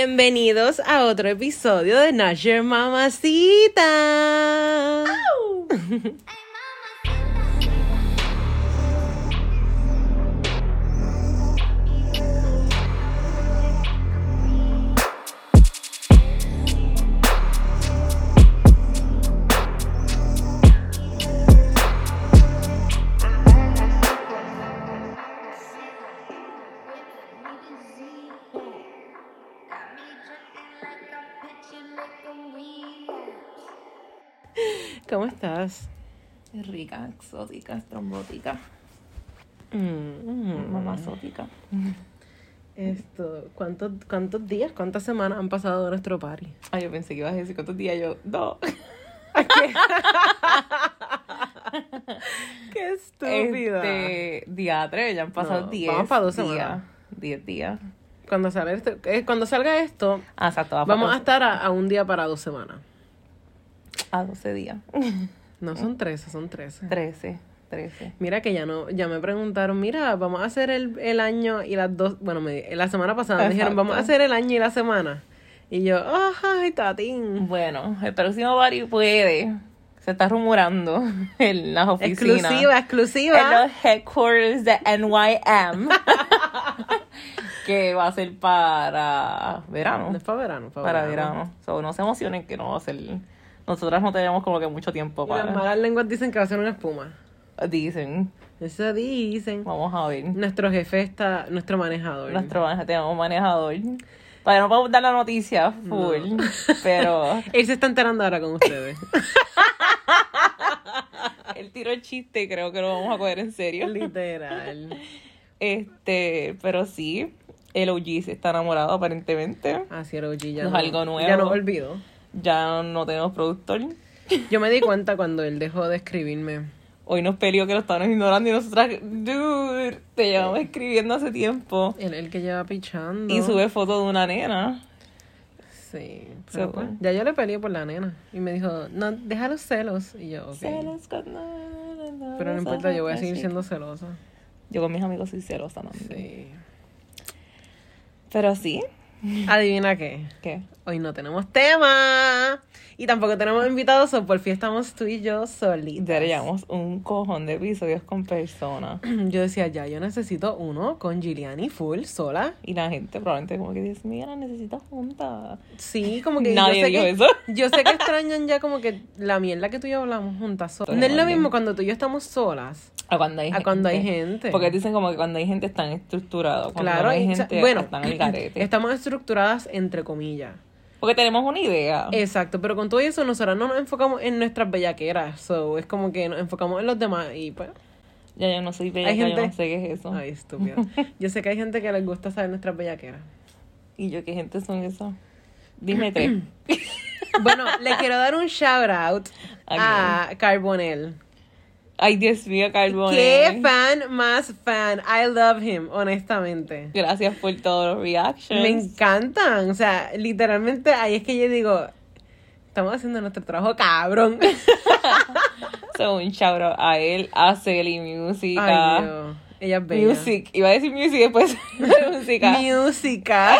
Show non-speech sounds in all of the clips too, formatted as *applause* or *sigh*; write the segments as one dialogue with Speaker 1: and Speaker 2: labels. Speaker 1: Bienvenidos a otro episodio de Not Your Mamacita. ¿Cómo estás?
Speaker 2: Es rica, exótica, estrambótica,
Speaker 1: Mm, mm.
Speaker 2: mamazótica.
Speaker 1: Esto, ¿cuántos, ¿Cuántos días, cuántas semanas han pasado de nuestro party?
Speaker 2: Ay, yo pensé que ibas a decir cuántos días yo. Dos.
Speaker 1: ¡Qué
Speaker 2: Este, día tres, ya han pasado
Speaker 1: No,
Speaker 2: diez.
Speaker 1: vamos pa' dos
Speaker 2: días.
Speaker 1: semanas.
Speaker 2: Diez días.
Speaker 1: Cuando, salga esto- eh, cuando salga esto,
Speaker 2: Ah, exacto. va pa'
Speaker 1: vamos a
Speaker 2: doce-
Speaker 1: estar a, a un día para dos semanas.
Speaker 2: a doce días.
Speaker 1: No son 13, son 13.
Speaker 2: Trece. Trece.
Speaker 1: Mira que ya no, ya me preguntaron, mira, vamos a hacer el, el año y las dos, bueno, me- la semana pasada me dijeron,
Speaker 2: Exacto.
Speaker 1: vamos a hacer el año y la semana. Y yo, ay, tatín.
Speaker 2: Bueno, el próximo party puede. Se está rumorando *laughs* en las oficinas.
Speaker 1: Exclusiva,
Speaker 2: En
Speaker 1: exclusiva.
Speaker 2: los headquarters de
Speaker 1: *laughs*
Speaker 2: NYM. *laughs* que va a ser para verano.
Speaker 1: No es para verano, para,
Speaker 2: para verano. So, no se emocionen que no va a ser. Nosotras no tenemos como que mucho tiempo
Speaker 1: Y Las
Speaker 2: para.
Speaker 1: malas lenguas dicen que va a ser una espuma.
Speaker 2: Dicen,
Speaker 1: Eso dicen.
Speaker 2: vamos a ver.
Speaker 1: Nuestro jefe está, nuestro manejador.
Speaker 2: Nuestro mane- tenemos manejador. Para no podemos dar la noticia full. Pero
Speaker 1: Él se está enterando ahora con
Speaker 2: *laughs*
Speaker 1: ustedes.
Speaker 2: el tiro el chiste, creo que lo vamos a coger en serio.
Speaker 1: Literal.
Speaker 2: Este, pero sí, el OG se está enamorado aparentemente.
Speaker 1: Así era OG, ya.
Speaker 2: No es algo nuevo.
Speaker 1: Ya no olvido.
Speaker 2: Ya no tenemos productor.
Speaker 1: Yo me di cuenta cuando él dejó de escribirme.
Speaker 2: Hoy nos peleó que lo estábamos ignorando y nosotras, dude, te llevamos escribiendo hace tiempo.
Speaker 1: Él es el que lleva pichando.
Speaker 2: Y sube fotos de una nena.
Speaker 1: Sí. pero
Speaker 2: So-
Speaker 1: pues, ya yo le peleé por la nena. Y me dijo, no, deja los celos. Y yo, ok.
Speaker 2: Celos cuando-
Speaker 1: Pero no importa, yo voy a seguir siendo celosa.
Speaker 2: Yo con mis amigos soy celosa también.
Speaker 1: Sí.
Speaker 2: Pero sí.
Speaker 1: Adivina qué.
Speaker 2: ¿Qué?
Speaker 1: Hoy no tenemos tema. Y tampoco tenemos invitados, o por fin estamos tú y yo
Speaker 2: Y ya
Speaker 1: solitas.
Speaker 2: llevamos un cojón de episodios con personas.
Speaker 1: *clears throat* Yo decía, ya, yo necesito uno con Giuliani full, sola.
Speaker 2: Y la gente probablemente como que dice, mira, necesito juntas.
Speaker 1: Sí, como que
Speaker 2: Nadie
Speaker 1: yo sé
Speaker 2: dijo
Speaker 1: que,
Speaker 2: eso. *laughs*
Speaker 1: Yo sé que extrañan ya como que la mierda que tú y yo hablamos juntas solas. No es lo mismo cuando tú y yo estamos solas
Speaker 2: A cuando hay
Speaker 1: a cuando hay gente.
Speaker 2: Porque dicen como que cuando hay gente están estructurados. Cuando
Speaker 1: claro,
Speaker 2: no hay
Speaker 1: y-
Speaker 2: gente
Speaker 1: bueno,
Speaker 2: están
Speaker 1: *clears throat*
Speaker 2: al garete.
Speaker 1: estamos estructuradas entre comillas.
Speaker 2: Porque tenemos una idea.
Speaker 1: Exacto, pero con todo eso nosotras no nos enfocamos en nuestras bellaqueras. So, es como que nos enfocamos en los demás y pues...
Speaker 2: ya yo no soy bella,
Speaker 1: hay gente-
Speaker 2: yo no sé qué es eso.
Speaker 1: Ay,
Speaker 2: *laughs*
Speaker 1: estúpido. Yo sé que hay gente que les gusta saber nuestras bellaqueras.
Speaker 2: Y yo, ¿qué gente son esas?
Speaker 1: *clears throat*
Speaker 2: Dime tres.
Speaker 1: Bueno, le quiero dar un shout out a Carbonell.
Speaker 2: Ay, Dios mío, Carbone.
Speaker 1: Qué fan más fan. I love him, honestamente.
Speaker 2: Gracias por todos los reactions.
Speaker 1: Me encantan. O sea, literalmente ahí es que yo digo, estamos haciendo nuestro trabajo cabrón.
Speaker 2: So, un shout out a él, a Celi Music,
Speaker 1: *laughs* Ay,
Speaker 2: a
Speaker 1: Dios. Ella es bella.
Speaker 2: Music. Iba a decir Music después *laughs* Música.
Speaker 1: Música.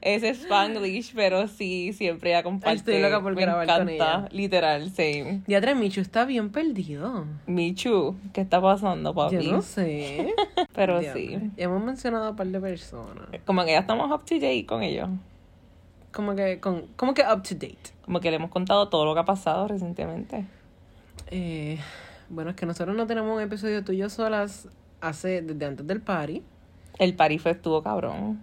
Speaker 2: Ese es Spanglish, pero sí, siempre ya comparte.
Speaker 1: Estoy loca por
Speaker 2: Me
Speaker 1: grabar
Speaker 2: encanta.
Speaker 1: con ella.
Speaker 2: Literal, same.
Speaker 1: Diatra Michu está bien perdido.
Speaker 2: Michu, ¿qué está pasando, papi?
Speaker 1: Yo no sé.
Speaker 2: *laughs* Pero
Speaker 1: Diablo.
Speaker 2: sí.
Speaker 1: Hemos mencionado a un par de personas.
Speaker 2: Como que ya estamos up to date con ellos.
Speaker 1: Como que, con, como que up to date.
Speaker 2: Como que le hemos contado todo lo que ha pasado recientemente.
Speaker 1: Eh, bueno, es que nosotros no tenemos un episodio tú y yo solas hace, desde antes del party.
Speaker 2: El party fue, estuvo cabrón.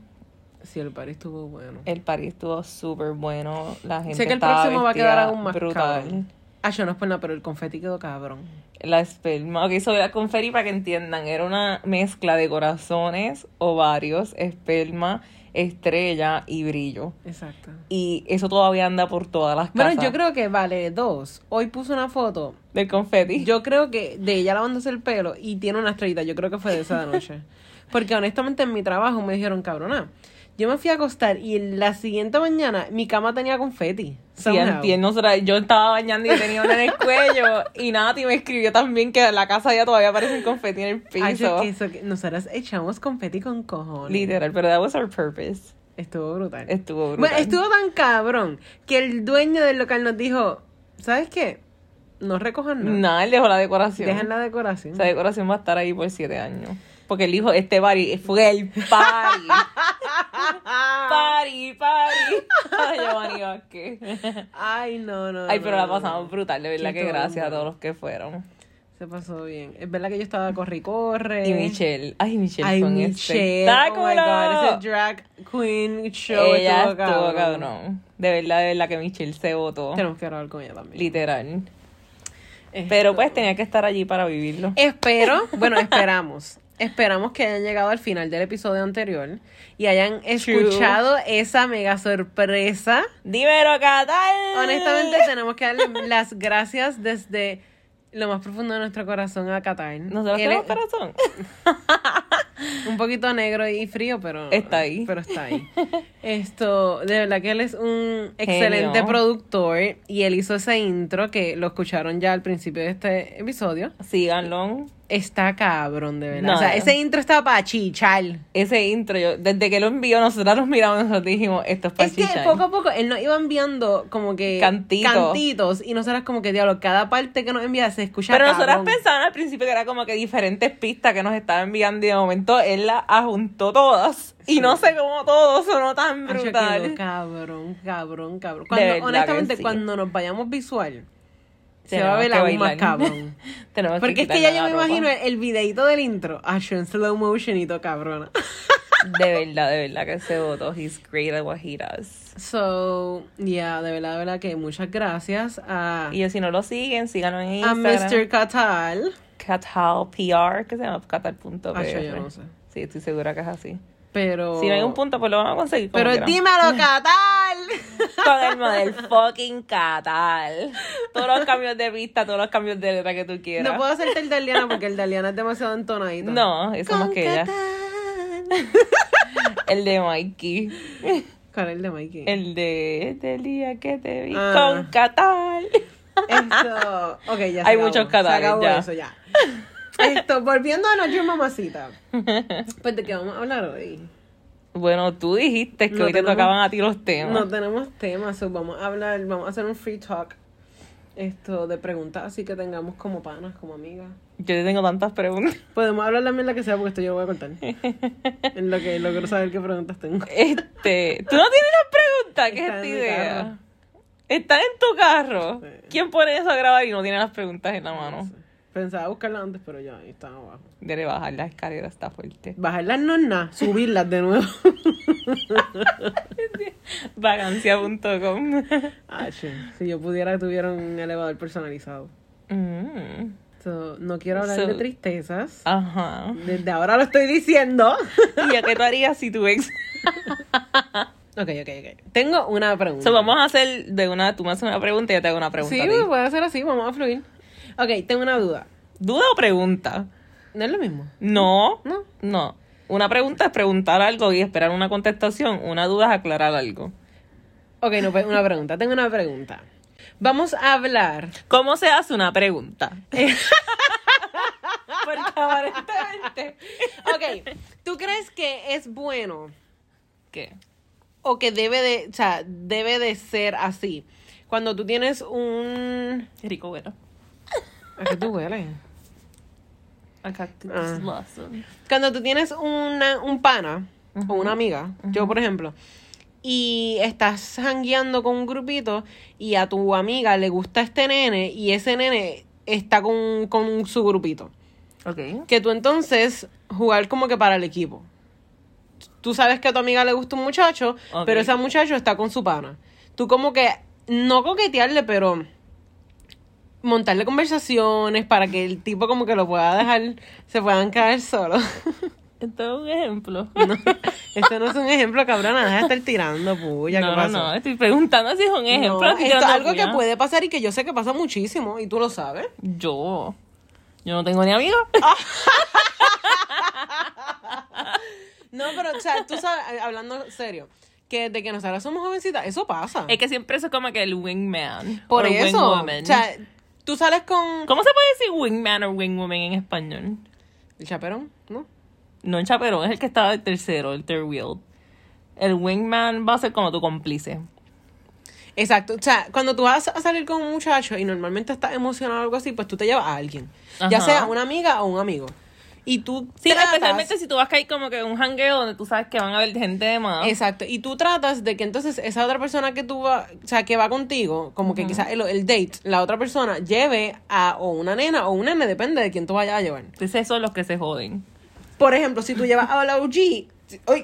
Speaker 1: Sí, el party estuvo bueno.
Speaker 2: El party estuvo súper bueno. La gente
Speaker 1: sé que el
Speaker 2: estaba
Speaker 1: próximo va a
Speaker 2: vestida
Speaker 1: quedar aún más
Speaker 2: brutal.
Speaker 1: cabrón. Ah, yo no es por nada, pero el confeti quedó cabrón.
Speaker 2: La esperma. Ok, eso era confeti para que entiendan. Era una mezcla de corazones, ovarios, esperma, estrella y brillo.
Speaker 1: Exacto.
Speaker 2: Y eso todavía anda por todas las casas.
Speaker 1: Bueno, yo creo que vale dos. Hoy puso una foto.
Speaker 2: Del confeti.
Speaker 1: Yo creo que de ella lavándose el pelo y tiene una estrellita. Yo creo que fue de esa noche. Porque honestamente en mi trabajo me dijeron, cabrona, Yo me fui a acostar y en la siguiente mañana mi cama tenía confeti.
Speaker 2: Sí,
Speaker 1: somehow.
Speaker 2: entiendo, será- yo estaba bañando y tenía uno en el cuello. y Nati me escribió también que la casa ya todavía aparece el confeti en el piso.
Speaker 1: Ay, yo que eso que- nosotras echamos confeti con cojones.
Speaker 2: Literal, pero that was our purpose.
Speaker 1: Estuvo brutal.
Speaker 2: Estuvo brutal.
Speaker 1: Bueno, estuvo tan cabrón que el dueño del local nos dijo, ¿sabes qué? No recojan nada.
Speaker 2: Nada, él dejó la decoración.
Speaker 1: Dejan la decoración.
Speaker 2: Esa decoración va a estar ahí por siete años. Porque él dijo, este party
Speaker 1: *laughs*
Speaker 2: fue el party. party, party. *laughs* Ay,
Speaker 1: *laughs*
Speaker 2: Giovanni Vázquez.
Speaker 1: *laughs* Ay, no, no.
Speaker 2: Ay,
Speaker 1: no,
Speaker 2: pero la
Speaker 1: no, no.
Speaker 2: pasamos brutal, de verdad
Speaker 1: Sí,
Speaker 2: que
Speaker 1: todo
Speaker 2: gracias a
Speaker 1: bueno.
Speaker 2: todos los que fueron.
Speaker 1: Se pasó bien. Es verdad que yo estaba corre y corre.
Speaker 2: Y Michelle. Ay, Michelle
Speaker 1: Eh, Ay,
Speaker 2: fue un
Speaker 1: Michelle. Oh my
Speaker 2: espectáculo.
Speaker 1: God, ese drag queen show
Speaker 2: ella
Speaker 1: estuvo
Speaker 2: estuvo cabrón. De verdad, de verdad que Michelle se votó.
Speaker 1: Tenemos que grabar con ella también. Este,
Speaker 2: Literal.
Speaker 1: Esto. Eh,
Speaker 2: Pero pues tenía que estar allí para vivirlo.
Speaker 1: Espero, bueno, esperamos. Esperamos que hayan llegado al final del episodio anterior y hayan escuchado esa mega sorpresa.
Speaker 2: Dímelo, Catal.
Speaker 1: Honestamente, tenemos que darle las gracias desde lo más profundo de nuestro corazón a Catán.
Speaker 2: Nosotros
Speaker 1: Él es
Speaker 2: tenemos corazón.
Speaker 1: Un poquito negro y frío, pero.
Speaker 2: Está ahí.
Speaker 1: Pero está ahí. Esto, de verdad que él es un excelente
Speaker 2: Genio.
Speaker 1: productor y él hizo ese intro que lo escucharon ya al principio de este episodio.
Speaker 2: Síganlo.
Speaker 1: Está cabrón, de verdad.
Speaker 2: No, eh.
Speaker 1: o sea,
Speaker 2: no.
Speaker 1: ese intro está para chichar.
Speaker 2: Ese intro, yo, desde que lo envió, nosotros los miramos, nosotros dijimos, esto es para
Speaker 1: Es que poco a poco él nos iba enviando como que
Speaker 2: Cantitos.
Speaker 1: cantitos y nosotras como que diablo, cada parte que nos envía se escucha
Speaker 2: Pero
Speaker 1: cabrón.
Speaker 2: nosotras pensábamos al principio que era como que diferentes pistas que nos estaban enviando y de momento él las ajuntó todas.
Speaker 1: Sí.
Speaker 2: Y no sé cómo todo sonó tan
Speaker 1: Ay, yo
Speaker 2: brutal.
Speaker 1: quedo cabrón, cabrón, cabrón.
Speaker 2: De
Speaker 1: Cuando,
Speaker 2: verdad que
Speaker 1: honestamente,
Speaker 2: sí.
Speaker 1: cuando nos vayamos visual, se
Speaker 2: Tenemos
Speaker 1: va a ver
Speaker 2: que
Speaker 1: aún más
Speaker 2: bailar. *laughs*
Speaker 1: cabrón.
Speaker 2: Tenemos
Speaker 1: Porque es que ya
Speaker 2: quitarnos
Speaker 1: yo me
Speaker 2: la ropa.
Speaker 1: imagino el, el videito del intro. Ay, yo en slow motion y todo cabrona. *laughs*
Speaker 2: De verdad, de verdad que se votó. He's great at what he does.
Speaker 1: So, yeah, de verdad, de verdad que muchas gracias a,
Speaker 2: Y si no lo siguen, síganlo en
Speaker 1: a
Speaker 2: Instagram.
Speaker 1: Mr. Catal.
Speaker 2: Catal PR, que se llama catal.pr.
Speaker 1: Ay, Ah, yo ya no sé.
Speaker 2: Sí, estoy segura que es así.
Speaker 1: Pero.
Speaker 2: Si no hay un punto, pues lo vamos a conseguir. como
Speaker 1: Pero
Speaker 2: quiera. *laughs*
Speaker 1: dímelo, Catal.
Speaker 2: Con el model fucking Catal. Todos los cambios de vista, todos los cambios de letra que tú quieras.
Speaker 1: no puedo hacerte el de Aliana porque el de Aliana es demasiado entonadito.
Speaker 2: No, eso
Speaker 1: Con
Speaker 2: más que ella.
Speaker 1: Catal.
Speaker 2: El de Mikey.
Speaker 1: ¿Cuál es el de Mikey?
Speaker 2: El de del día que te vi
Speaker 1: Ah.
Speaker 2: con Catal.
Speaker 1: Esto. Ok, ya se
Speaker 2: Hay
Speaker 1: acabó.
Speaker 2: muchos catales,
Speaker 1: Se acabó
Speaker 2: ya.
Speaker 1: eso, ya. Esto, volviendo a Noche Mamacita. Pues de qué vamos a hablar hoy.
Speaker 2: Bueno, tú dijiste que
Speaker 1: No
Speaker 2: hoy te
Speaker 1: tenemos-
Speaker 2: tocaban a ti los temas.
Speaker 1: No tenemos temas, so vamos a hablar, vamos a hacer un free talk. Esto de preguntas así que tengamos como panas, como amigas.
Speaker 2: Yo te tengo tantas preguntas.
Speaker 1: Podemos hablar la mierda que sea porque esto yo lo voy a
Speaker 2: *laughs*
Speaker 1: contar. En lo que logro saber qué preguntas tengo.
Speaker 2: Este, tú no tienes las preguntas,
Speaker 1: Están
Speaker 2: ¿qué es
Speaker 1: en
Speaker 2: esta
Speaker 1: mi carro.
Speaker 2: idea? Están en tu carro.
Speaker 1: Sí.
Speaker 2: ¿Quién pone eso a grabar y no tiene las preguntas en la mano?
Speaker 1: Pensaba buscarlas antes, pero ya, ahí están abajo.
Speaker 2: Debe bajar la escalera, está fuerte.
Speaker 1: Bajarlas no es nada, subirlas de *laughs* nuevo.
Speaker 2: Vacancia.com.
Speaker 1: Ah, shit. si yo pudiera tuviera un elevador personalizado.
Speaker 2: *laughs* Mm,
Speaker 1: So, no quiero hablar
Speaker 2: So-
Speaker 1: de tristezas.
Speaker 2: Ajá.
Speaker 1: Desde ahora lo estoy diciendo.
Speaker 2: ¿Y yo qué tú harías si tu ex?
Speaker 1: *laughs* Ok, ok, ok. Tengo una pregunta.
Speaker 2: So, vamos a hacer de una, tú me haces una pregunta y yo te hago una pregunta.
Speaker 1: Sí,
Speaker 2: a ti.
Speaker 1: puede hacer así, vamos a fluir. Ok, tengo una duda.
Speaker 2: ¿Duda o pregunta?
Speaker 1: ¿No es lo mismo?
Speaker 2: No,
Speaker 1: No.
Speaker 2: no. Una pregunta es preguntar algo y esperar una contestación. Una duda es aclarar algo.
Speaker 1: Ok, no, pues, una pregunta. Tengo una pregunta. Vamos a hablar.
Speaker 2: ¿Cómo se hace
Speaker 1: *laughs*
Speaker 2: una pregunta? Porque aparentemente.
Speaker 1: Ok, ¿tú crees que es bueno
Speaker 2: ¿Qué?
Speaker 1: o que debe de, o sea, debe de ser así? Cuando tú tienes un...
Speaker 2: Rico, bueno.
Speaker 1: ¿A qué tú hueles?
Speaker 2: A cactus
Speaker 1: Ah.
Speaker 2: blossom.
Speaker 1: Cuando tú tienes una, un pana
Speaker 2: Ujú.
Speaker 1: o una amiga, yo por ejemplo, y estás jangueando con un grupito y a tu amiga le gusta este nene y ese nene está con, con su grupito.
Speaker 2: Ok.
Speaker 1: Que tú entonces jugar como que para el equipo. Tú sabes que a tu amiga le gusta un muchacho,
Speaker 2: Ok.
Speaker 1: pero ese muchacho está con su pana. Tú como que, no coquetearle, pero montarle conversaciones para que el tipo como que lo pueda dejar, se puedan caer solos.
Speaker 2: Esto es un
Speaker 1: *laughs*
Speaker 2: ejemplo.
Speaker 1: Esto no es un ejemplo, cabrona. Deja de estar tirando puya. ¿qué
Speaker 2: no, no,
Speaker 1: pasó?
Speaker 2: no, estoy preguntando si es un ejemplo.
Speaker 1: No,
Speaker 2: estoy
Speaker 1: esto es
Speaker 2: dando
Speaker 1: algo que
Speaker 2: puya.
Speaker 1: puede pasar y que yo sé que pasa muchísimo y tú lo sabes.
Speaker 2: Yo. Yo no tengo ni amigos.
Speaker 1: No, pero, o sea, tú sabes, eh, hablando serio, que de que nosotras somos jovencitas, eso pasa.
Speaker 2: Es que siempre eso es como que el wingman.
Speaker 1: Por
Speaker 2: o el
Speaker 1: eso.
Speaker 2: wingwoman.
Speaker 1: O sea, tú sales con.
Speaker 2: ¿Cómo se puede decir wingman o wingwoman en español?
Speaker 1: El chaperón, ¿no?
Speaker 2: No el chaperón, es el que está de tercero, el third wheel. El wingman va a ser como tu cómplice.
Speaker 1: Exacto. O sea, cuando tú vas a salir con un muchacho y normalmente estás emocionado o algo así, pues tú te llevas a alguien. Ya
Speaker 2: Ajá.
Speaker 1: sea una amiga o un amigo. Y tú.
Speaker 2: Sí,
Speaker 1: tratas-
Speaker 2: especialmente si tú vas a caer como que en un hangueo donde tú sabes que van a haber gente de más.
Speaker 1: Exacto. Y tú tratas de que entonces esa otra persona que tú va, o sea, que va contigo, como que quizás el, el date, la otra persona lleve a o una nena o un nene, depende de quién tú vayas a llevar.
Speaker 2: Entonces esos son los que se joden.
Speaker 1: Por ejemplo, si tú llevas a la OG, si- uy,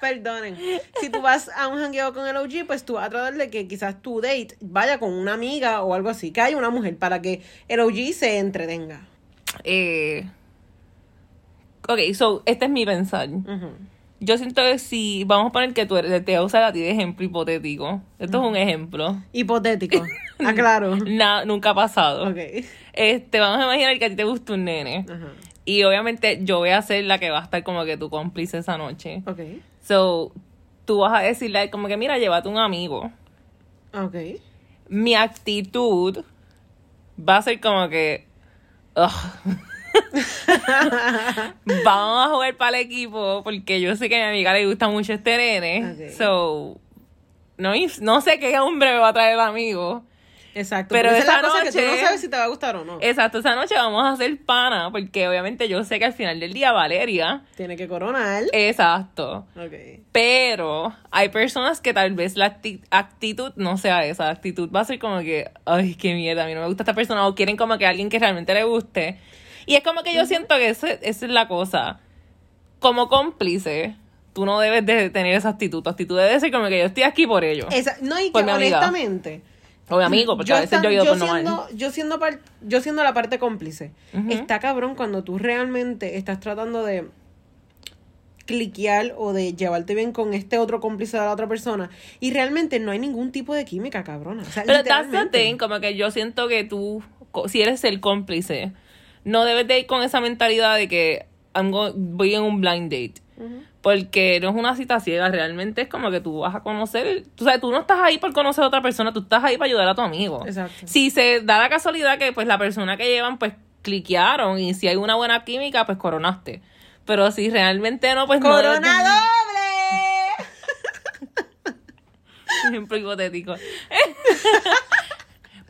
Speaker 1: perdonen, si tú vas a un jangueo con el OG, pues tú vas a tratar de que quizás tu date vaya con una amiga o algo así, que haya una mujer para que el OG se entretenga.
Speaker 2: Eh, ok, so, este es mi pensar.
Speaker 1: Ujú.
Speaker 2: Yo siento que si, vamos a poner que tú eres, te voy a usar a ti de ejemplo hipotético. Esto es un ejemplo.
Speaker 1: Hipotético, aclaro.
Speaker 2: Nada, nunca ha pasado.
Speaker 1: ok.
Speaker 2: Este, vamos a imaginar que a ti te gusta un nene.
Speaker 1: Ajá.
Speaker 2: Y obviamente yo voy a ser la que va a estar como que tu cómplice esa noche.
Speaker 1: Ok.
Speaker 2: So, tú vas a decirle a él como que, mira, llévate un amigo.
Speaker 1: Ok.
Speaker 2: mi actitud va a ser como que. "Ugh". Vamos a jugar para el equipo porque yo sé que a mi amiga le gusta mucho este nene.
Speaker 1: Ok.
Speaker 2: So, no, no sé qué hombre me va a traer el amigo.
Speaker 1: Exacto.
Speaker 2: Pero
Speaker 1: Pero esa es la
Speaker 2: esa
Speaker 1: cosa que tú no
Speaker 2: noche-
Speaker 1: sabes si te va a gustar o no.
Speaker 2: Exacto, esa noche vamos a hacer pana porque obviamente yo sé que al final del día Valeria.
Speaker 1: Tiene que coronar.
Speaker 2: Exacto.
Speaker 1: Ok.
Speaker 2: Pero hay personas que tal vez la acti- actitud no sea esa. La actitud va a ser como que, ay, qué mierda, a mí no me gusta esta persona. O quieren como que alguien que realmente le guste. Y es como que yo siento que ese- esa es la cosa. Como cómplice, tú no debes de tener esa actitud. Tu actitud debe ser como que yo estoy aquí por ellos.
Speaker 1: Esa- no, y que
Speaker 2: Por Pues mi amiga.
Speaker 1: honestamente.
Speaker 2: O mi amigo, porque a veces
Speaker 1: estan-
Speaker 2: Eh, yo he ido por no mal.
Speaker 1: siendo, yo, siendo par- yo siendo la parte cómplice, está cabrón cuando tú realmente estás tratando de cliquear o de llevarte bien con este otro cómplice de la otra persona y realmente no hay ningún tipo de química, cabrona. O sea,
Speaker 2: Pero that's the
Speaker 1: literalmente.
Speaker 2: thing, como que yo siento que tú, co- si eres el cómplice, no debes de ir con esa mentalidad de que I'm go- voy en un blind date. Porque no es una cita ciega, realmente es como que tú vas a conocer, el- tú sabes, tú no estás ahí por conocer a otra persona, tú estás ahí para ayudar a tu amigo.
Speaker 1: Exacto.
Speaker 2: Si se da la casualidad que pues la persona que llevan pues cliquearon y si hay una buena química pues coronaste. Pero si realmente no pues no. debes de-
Speaker 1: ¡Corona doble!
Speaker 2: *laughs* ejemplo hipotético.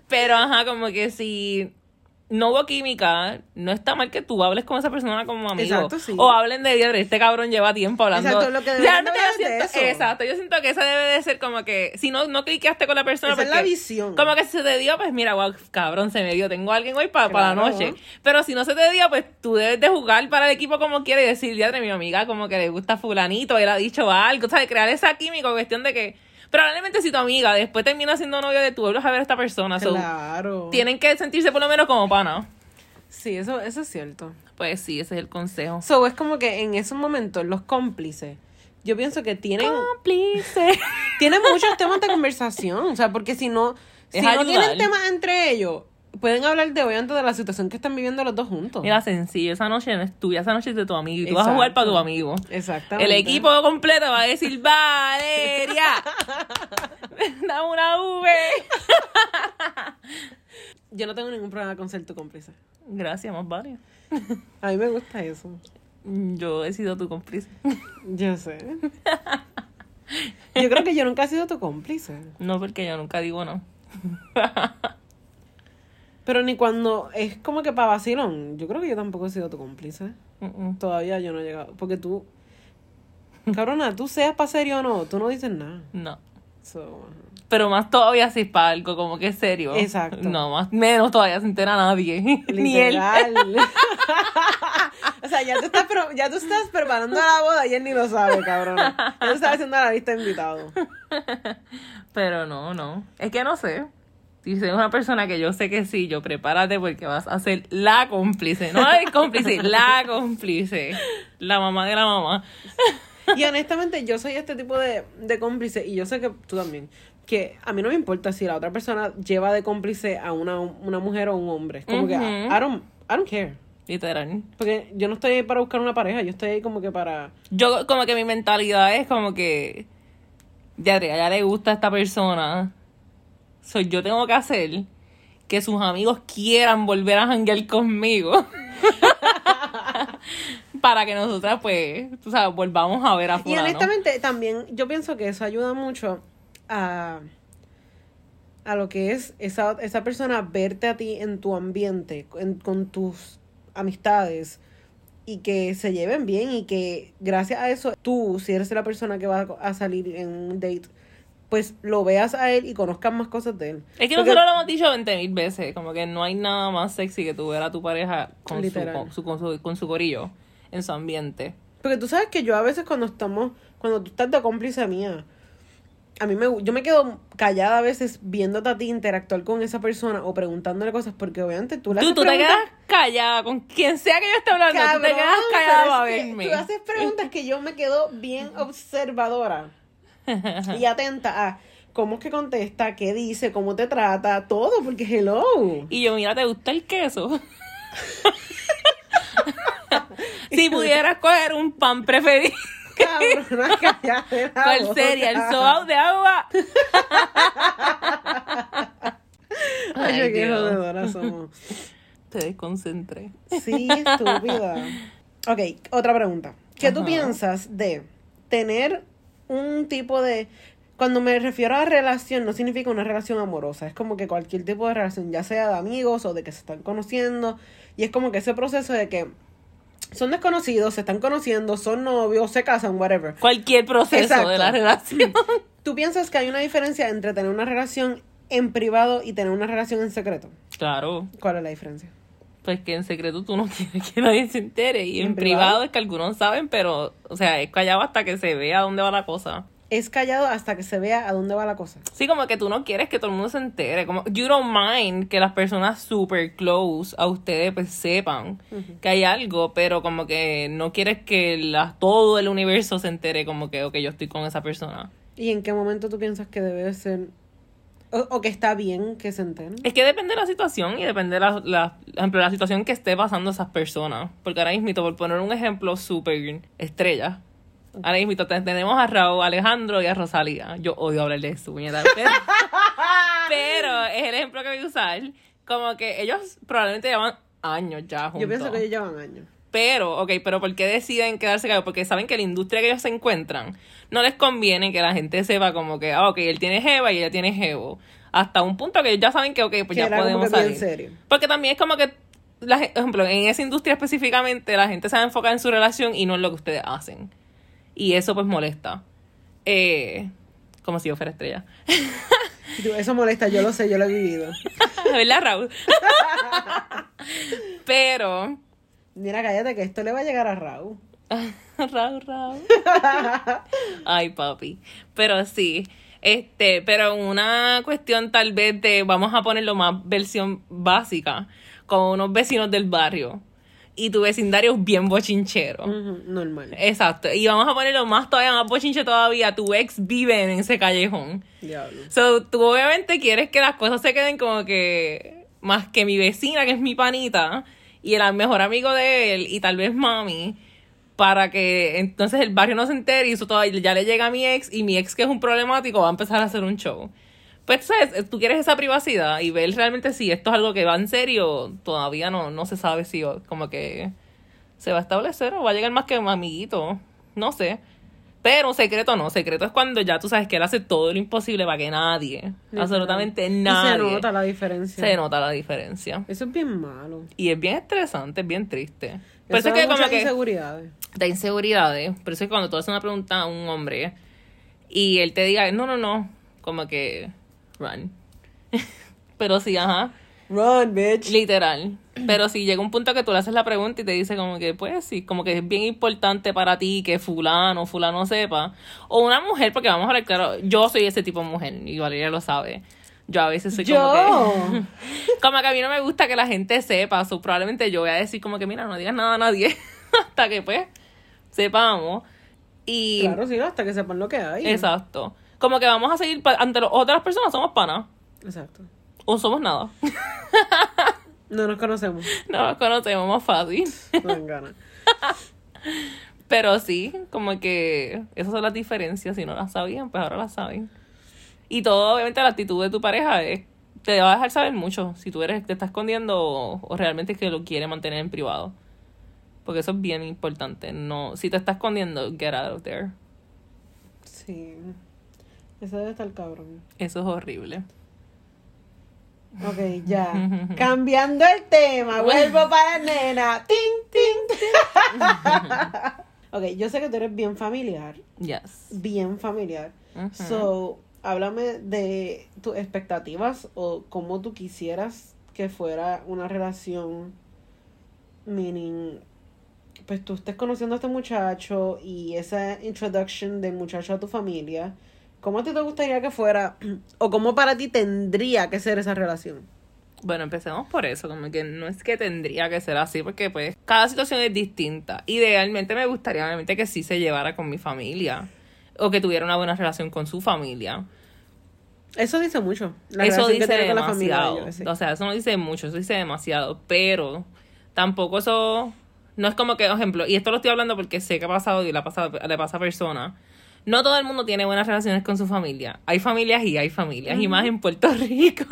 Speaker 2: Pero, ajá, como que si no hubo química, no está mal que tú hables con esa persona como amigo.
Speaker 1: Exacto, sí.
Speaker 2: O hablen de diadre, este cabrón lleva tiempo hablando.
Speaker 1: Exacto, lo que deberían
Speaker 2: Realmente
Speaker 1: hablar
Speaker 2: yo
Speaker 1: es de
Speaker 2: siento,
Speaker 1: eso.
Speaker 2: exacto, yo siento que esa debe de ser como que, si no, no cliqueaste con la persona.
Speaker 1: Esa es
Speaker 2: porque-
Speaker 1: la visión.
Speaker 2: Como que si se te dio, pues mira, wow, cabrón, se me dio, tengo a alguien hoy para la
Speaker 1: Claro.
Speaker 2: noche. Pero si no se te dio, pues tú debes de jugar para el equipo como quieres y decir, diadre, mi amiga como que le gusta fulanito, él ha dicho algo, ¿sabes? Crear esa química, cuestión de que probablemente si tu amiga después termina siendo novio de tu vuelves a ver a esta persona. so,
Speaker 1: Claro.
Speaker 2: tienen que sentirse por lo menos como pana.
Speaker 1: Sí, eso, eso es cierto.
Speaker 2: Pues sí, ese es el consejo.
Speaker 1: So, es como que en esos momentos los cómplices, yo pienso que tienen...
Speaker 2: Cómplice.
Speaker 1: tienen muchos temas de conversación, o sea, porque si no, si
Speaker 2: Es
Speaker 1: no
Speaker 2: ayudar.
Speaker 1: tienen temas entre ellos, pueden hablar de obviamente de la situación que están viviendo los dos juntos.
Speaker 2: Mira, sencillo, esa noche no es tuya, esa noche es de tu amigo y tú vas a
Speaker 1: Exacto.
Speaker 2: jugar para tu amigo. El
Speaker 1: Exactamente.
Speaker 2: equipo completo va a decir, *laughs* Valeria, dame una V.
Speaker 1: Yo no tengo ningún problema con ser tu cómplice.
Speaker 2: Gracias, más vale.
Speaker 1: A mí me gusta eso.
Speaker 2: Yo he sido tu cómplice.
Speaker 1: Yo
Speaker 2: *laughs*
Speaker 1: sé. Yo creo que yo nunca he sido tu cómplice.
Speaker 2: No porque yo nunca digo no.
Speaker 1: Pero ni cuando es como que para vacilón. Yo creo que yo tampoco he sido tu cómplice.
Speaker 2: Mm, mm.
Speaker 1: Todavía yo no he llegado. Porque tú, cabrona, tú seas para serio o no, tú no dices nada.
Speaker 2: No.
Speaker 1: So, ajá.
Speaker 2: Pero más todavía si es para algo como que serio.
Speaker 1: Exacto.
Speaker 2: No, más menos todavía se entera nadie. *laughs* Ni él. *laughs*
Speaker 1: Literal. o sea, ya tú, estás pro- ya tú estás preparando la boda y él ni lo sabe, cabrón. Ya tú estás haciendo la lista de invitados.
Speaker 2: Pero no, no. Es que no sé. Si es una persona que yo sé que sí, yo prepárate porque vas a ser la cómplice. No el *laughs* cómplice, la cómplice. La mamá de la mamá.
Speaker 1: Y honestamente, yo soy este tipo de, de cómplice y yo sé que tú también. Que a mí no me importa si la otra persona lleva de cómplice a una, una mujer o un hombre. Es como que
Speaker 2: Ujú.
Speaker 1: I don't, I don't care.
Speaker 2: Literal.
Speaker 1: Porque yo no estoy ahí para buscar una pareja, yo estoy ahí como que para.
Speaker 2: Yo como que mi mentalidad es como que ya, ya le gusta a esta persona. So, yo tengo que hacer que sus amigos quieran volver a janguear conmigo. *laughs* para que nosotras, pues, tú sabes, volvamos a ver a
Speaker 1: Y
Speaker 2: fulano.
Speaker 1: honestamente, también yo pienso que eso ayuda mucho a, a lo que es esa, esa persona verte a ti en tu ambiente, en- con tus amistades y que se lleven bien y que gracias a eso tú, si eres la persona que va a salir en un date, pues lo veas a él y conozcas más cosas de él.
Speaker 2: Es que
Speaker 1: Porque-
Speaker 2: nosotros lo hemos dicho 20 mil veces, como que no hay nada más sexy que tú ver a tu pareja con, su,
Speaker 1: Literal.
Speaker 2: con, su, con, su, con su corillo, en su ambiente.
Speaker 1: Porque tú sabes que yo a veces cuando estamos, cuando tú estás de cómplice mía, a mí me, gu- yo me quedo callada a veces viéndote a ti interactuar con esa persona o preguntándole cosas porque obviamente tú le
Speaker 2: Tú,
Speaker 1: haces
Speaker 2: tú te
Speaker 1: preguntas-
Speaker 2: quedas callada, con quien sea que yo esté hablando, tú te
Speaker 1: Cabrón,
Speaker 2: quedas
Speaker 1: pero
Speaker 2: callada
Speaker 1: es
Speaker 2: para
Speaker 1: que
Speaker 2: verme.
Speaker 1: Tú haces preguntas que yo me quedo
Speaker 2: *laughs*
Speaker 1: bien observadora y atenta a cómo es que contesta, qué dice, cómo te trata, todo, porque hello.
Speaker 2: *laughs* Y yo, mira, ¿te gusta el
Speaker 1: *laughs*
Speaker 2: queso? si pudieras coger un pan preferido,
Speaker 1: Cabrona, callada. de la
Speaker 2: ¿cuál
Speaker 1: boca.
Speaker 2: sería? ¿El sobao de agua?
Speaker 1: *laughs* Ay,
Speaker 2: Ay,
Speaker 1: qué
Speaker 2: Dios.
Speaker 1: jodedoras somos.
Speaker 2: Te desconcentré.
Speaker 1: Sí, estúpida. Ok, otra pregunta. ¿Qué tú
Speaker 2: Ajá.
Speaker 1: piensas de tener un tipo de... Cuando me refiero a relación, no significa una relación amorosa, es como que cualquier tipo de relación, ya sea de amigos o de que se están conociendo, y es como que ese proceso de que son desconocidos, se están conociendo, son novios, se casan, whatever.
Speaker 2: Cualquier proceso de
Speaker 1: Exacto. *laughs*
Speaker 2: la relación.
Speaker 1: ¿Tú piensas que hay una diferencia entre tener una relación en privado y tener una relación en secreto?
Speaker 2: claro.
Speaker 1: ¿Cuál es la diferencia?
Speaker 2: Pues que en secreto tú no quieres que nadie se entere. Y en,
Speaker 1: ¿En
Speaker 2: privado?
Speaker 1: privado?
Speaker 2: es que algunos saben, pero, o sea, es callado hasta que se vea dónde va la cosa.
Speaker 1: Es callado hasta que se vea a dónde va la cosa.
Speaker 2: Sí, como que tú no quieres que todo el mundo se entere. Como, you don't mind que las personas super close a ustedes pues sepan que hay algo, pero como que no quieres que la- todo el universo se entere como que, ok, yo estoy con esa persona.
Speaker 1: ¿Y en qué momento tú piensas que debe ser o, o que está bien que se enteren?
Speaker 2: Es que depende de la situación y depende de la, la, por ejemplo, la situación que esté pasando esas personas. Porque ahora mismo, por poner un ejemplo súper estrella, ahora mismo te- tenemos a Raúl Alejandro y a Rosalía. Yo odio hablar de eso, puñeta.
Speaker 1: *laughs*
Speaker 2: Pero, pero es el ejemplo que voy a usar. Como que ellos probablemente llevan años ya juntos.
Speaker 1: Yo pienso que ellos llevan años.
Speaker 2: Pero, ok, pero ¿por qué deciden quedarse callados? Porque saben que la industria que ellos se encuentran no les conviene que la gente sepa como que, ah, ok, él tiene jeva y ella tiene jevo. Hasta un punto que ellos ya saben que, ok, pues
Speaker 1: Que
Speaker 2: ya
Speaker 1: era como
Speaker 2: podemos
Speaker 1: que
Speaker 2: salir.
Speaker 1: bien serio.
Speaker 2: Porque también es como que, la, gen- por ejemplo, en esa industria específicamente, la gente se va a enfocar en su relación y no en lo que ustedes hacen. Y eso pues molesta. Eh, como si yo fuera estrella. *laughs*
Speaker 1: Y tú, Eso molesta, yo lo sé, yo lo he vivido.
Speaker 2: ¿Verdad, Raúl? *laughs* pero...
Speaker 1: Mira, cállate que esto le va a llegar a Raúl.
Speaker 2: *laughs* Raúl, Raúl. Ay, papi. Pero sí. Este, pero una cuestión tal vez de, vamos a ponerlo más versión básica, con unos vecinos del barrio. Y tu vecindario es bien bochinchero.
Speaker 1: Ujú, Normal.
Speaker 2: Eh, Exacto. Y vamos a ponerlo más todavía, más bochinche todavía. Tu ex vive en ese callejón.
Speaker 1: Diablo.
Speaker 2: So, tú obviamente quieres que las cosas se queden como que más que mi vecina, que es mi panita, y el mejor amigo de él, y tal vez mami, para que entonces el barrio no se entere y eso todavía ya le llega a mi ex, y mi ex, que es un problemático, va a empezar a hacer un show. Pues, ¿sabes? Tú quieres esa privacidad y ver realmente si esto es algo que va en serio, todavía no, no se sabe si o- como que se va a establecer o va a llegar más que un amiguito. No sé. Pero un secreto no. Secreto es cuando ya tú sabes que él hace todo lo imposible para que nadie, absolutamente
Speaker 1: Y
Speaker 2: nadie,
Speaker 1: Se nota la diferencia.
Speaker 2: se nota la diferencia.
Speaker 1: Eso es bien malo.
Speaker 2: Y es bien estresante, es bien triste. Por
Speaker 1: Eso
Speaker 2: eso es que
Speaker 1: da
Speaker 2: como
Speaker 1: muchas
Speaker 2: que
Speaker 1: inseguridades.
Speaker 2: da inseguridades. Por eso es que cuando tú haces una pregunta a un hombre y él te diga, no, no, no, como que run. *laughs* Pero sí, ajá.
Speaker 1: Run, bitch.
Speaker 2: Literal. Pero si llega un punto que tú le haces la pregunta y te dice como que, pues sí, como que es bien importante para ti que fulano, fulano sepa. O una mujer, porque vamos a hablar claro, yo soy ese tipo de mujer y Valeria lo sabe. Yo a veces soy como
Speaker 1: Yo.
Speaker 2: que... Como que a mí no me gusta que la gente sepa, so, probablemente yo voy a decir como que, mira, no digas nada a nadie *laughs* hasta que pues sepamos.
Speaker 1: *laughs*
Speaker 2: Y...
Speaker 1: Claro, sí, no, hasta que sepan lo que hay.
Speaker 2: Exacto. Como que vamos a seguir, pa- ante las otras personas somos panas
Speaker 1: Exacto.
Speaker 2: o somos nada.
Speaker 1: No nos conocemos.
Speaker 2: *laughs*
Speaker 1: *laughs*
Speaker 2: No nos conocemos más fácil.
Speaker 1: No dan ganas.
Speaker 2: Pero sí, como que esas son las diferencias. Si no las sabían, pues ahora las saben. Y todo, obviamente, la actitud de tu pareja es, te va a dejar saber mucho si tú eres te estás escondiendo o, o realmente es que lo quiere mantener en privado. Porque eso es bien importante. No, si te estás escondiendo, get out of there.
Speaker 1: Sí. Eso debe estar cabrón.
Speaker 2: Eso es horrible.
Speaker 1: Ok, ya. Cambiando el tema, vuelvo para nena. Ting, ting, ting. *laughs* ok, yo sé que tú eres bien familiar.
Speaker 2: Yes.
Speaker 1: Bien familiar.
Speaker 2: Ujú.
Speaker 1: So, háblame de tus expectativas o cómo tú quisieras que fuera una relación. Meaning, pues tú estés conociendo a este muchacho y esa introduction del muchacho a tu familia. ¿Cómo a ti te gustaría que fuera? *clears throat* ¿O cómo para ti tendría que ser esa relación?
Speaker 2: Bueno, empecemos por eso, como que no es que tendría que ser así, porque pues cada situación es distinta. Idealmente me gustaría obviamente que sí se llevara con mi familia o que tuviera una buena relación con su familia.
Speaker 1: Eso dice mucho. La
Speaker 2: eso
Speaker 1: relación que
Speaker 2: dice
Speaker 1: tiene con la familia de
Speaker 2: demasiado.
Speaker 1: ellos, sí.
Speaker 2: O sea, eso no dice mucho, eso dice demasiado, pero tampoco eso no es como que, por ejemplo, y esto lo estoy hablando porque sé que ha pasado y le ha pasado- le pasa a personas. No todo el mundo tiene buenas relaciones con su familia. Hay familias y hay familias, y más en Puerto *laughs* Rico.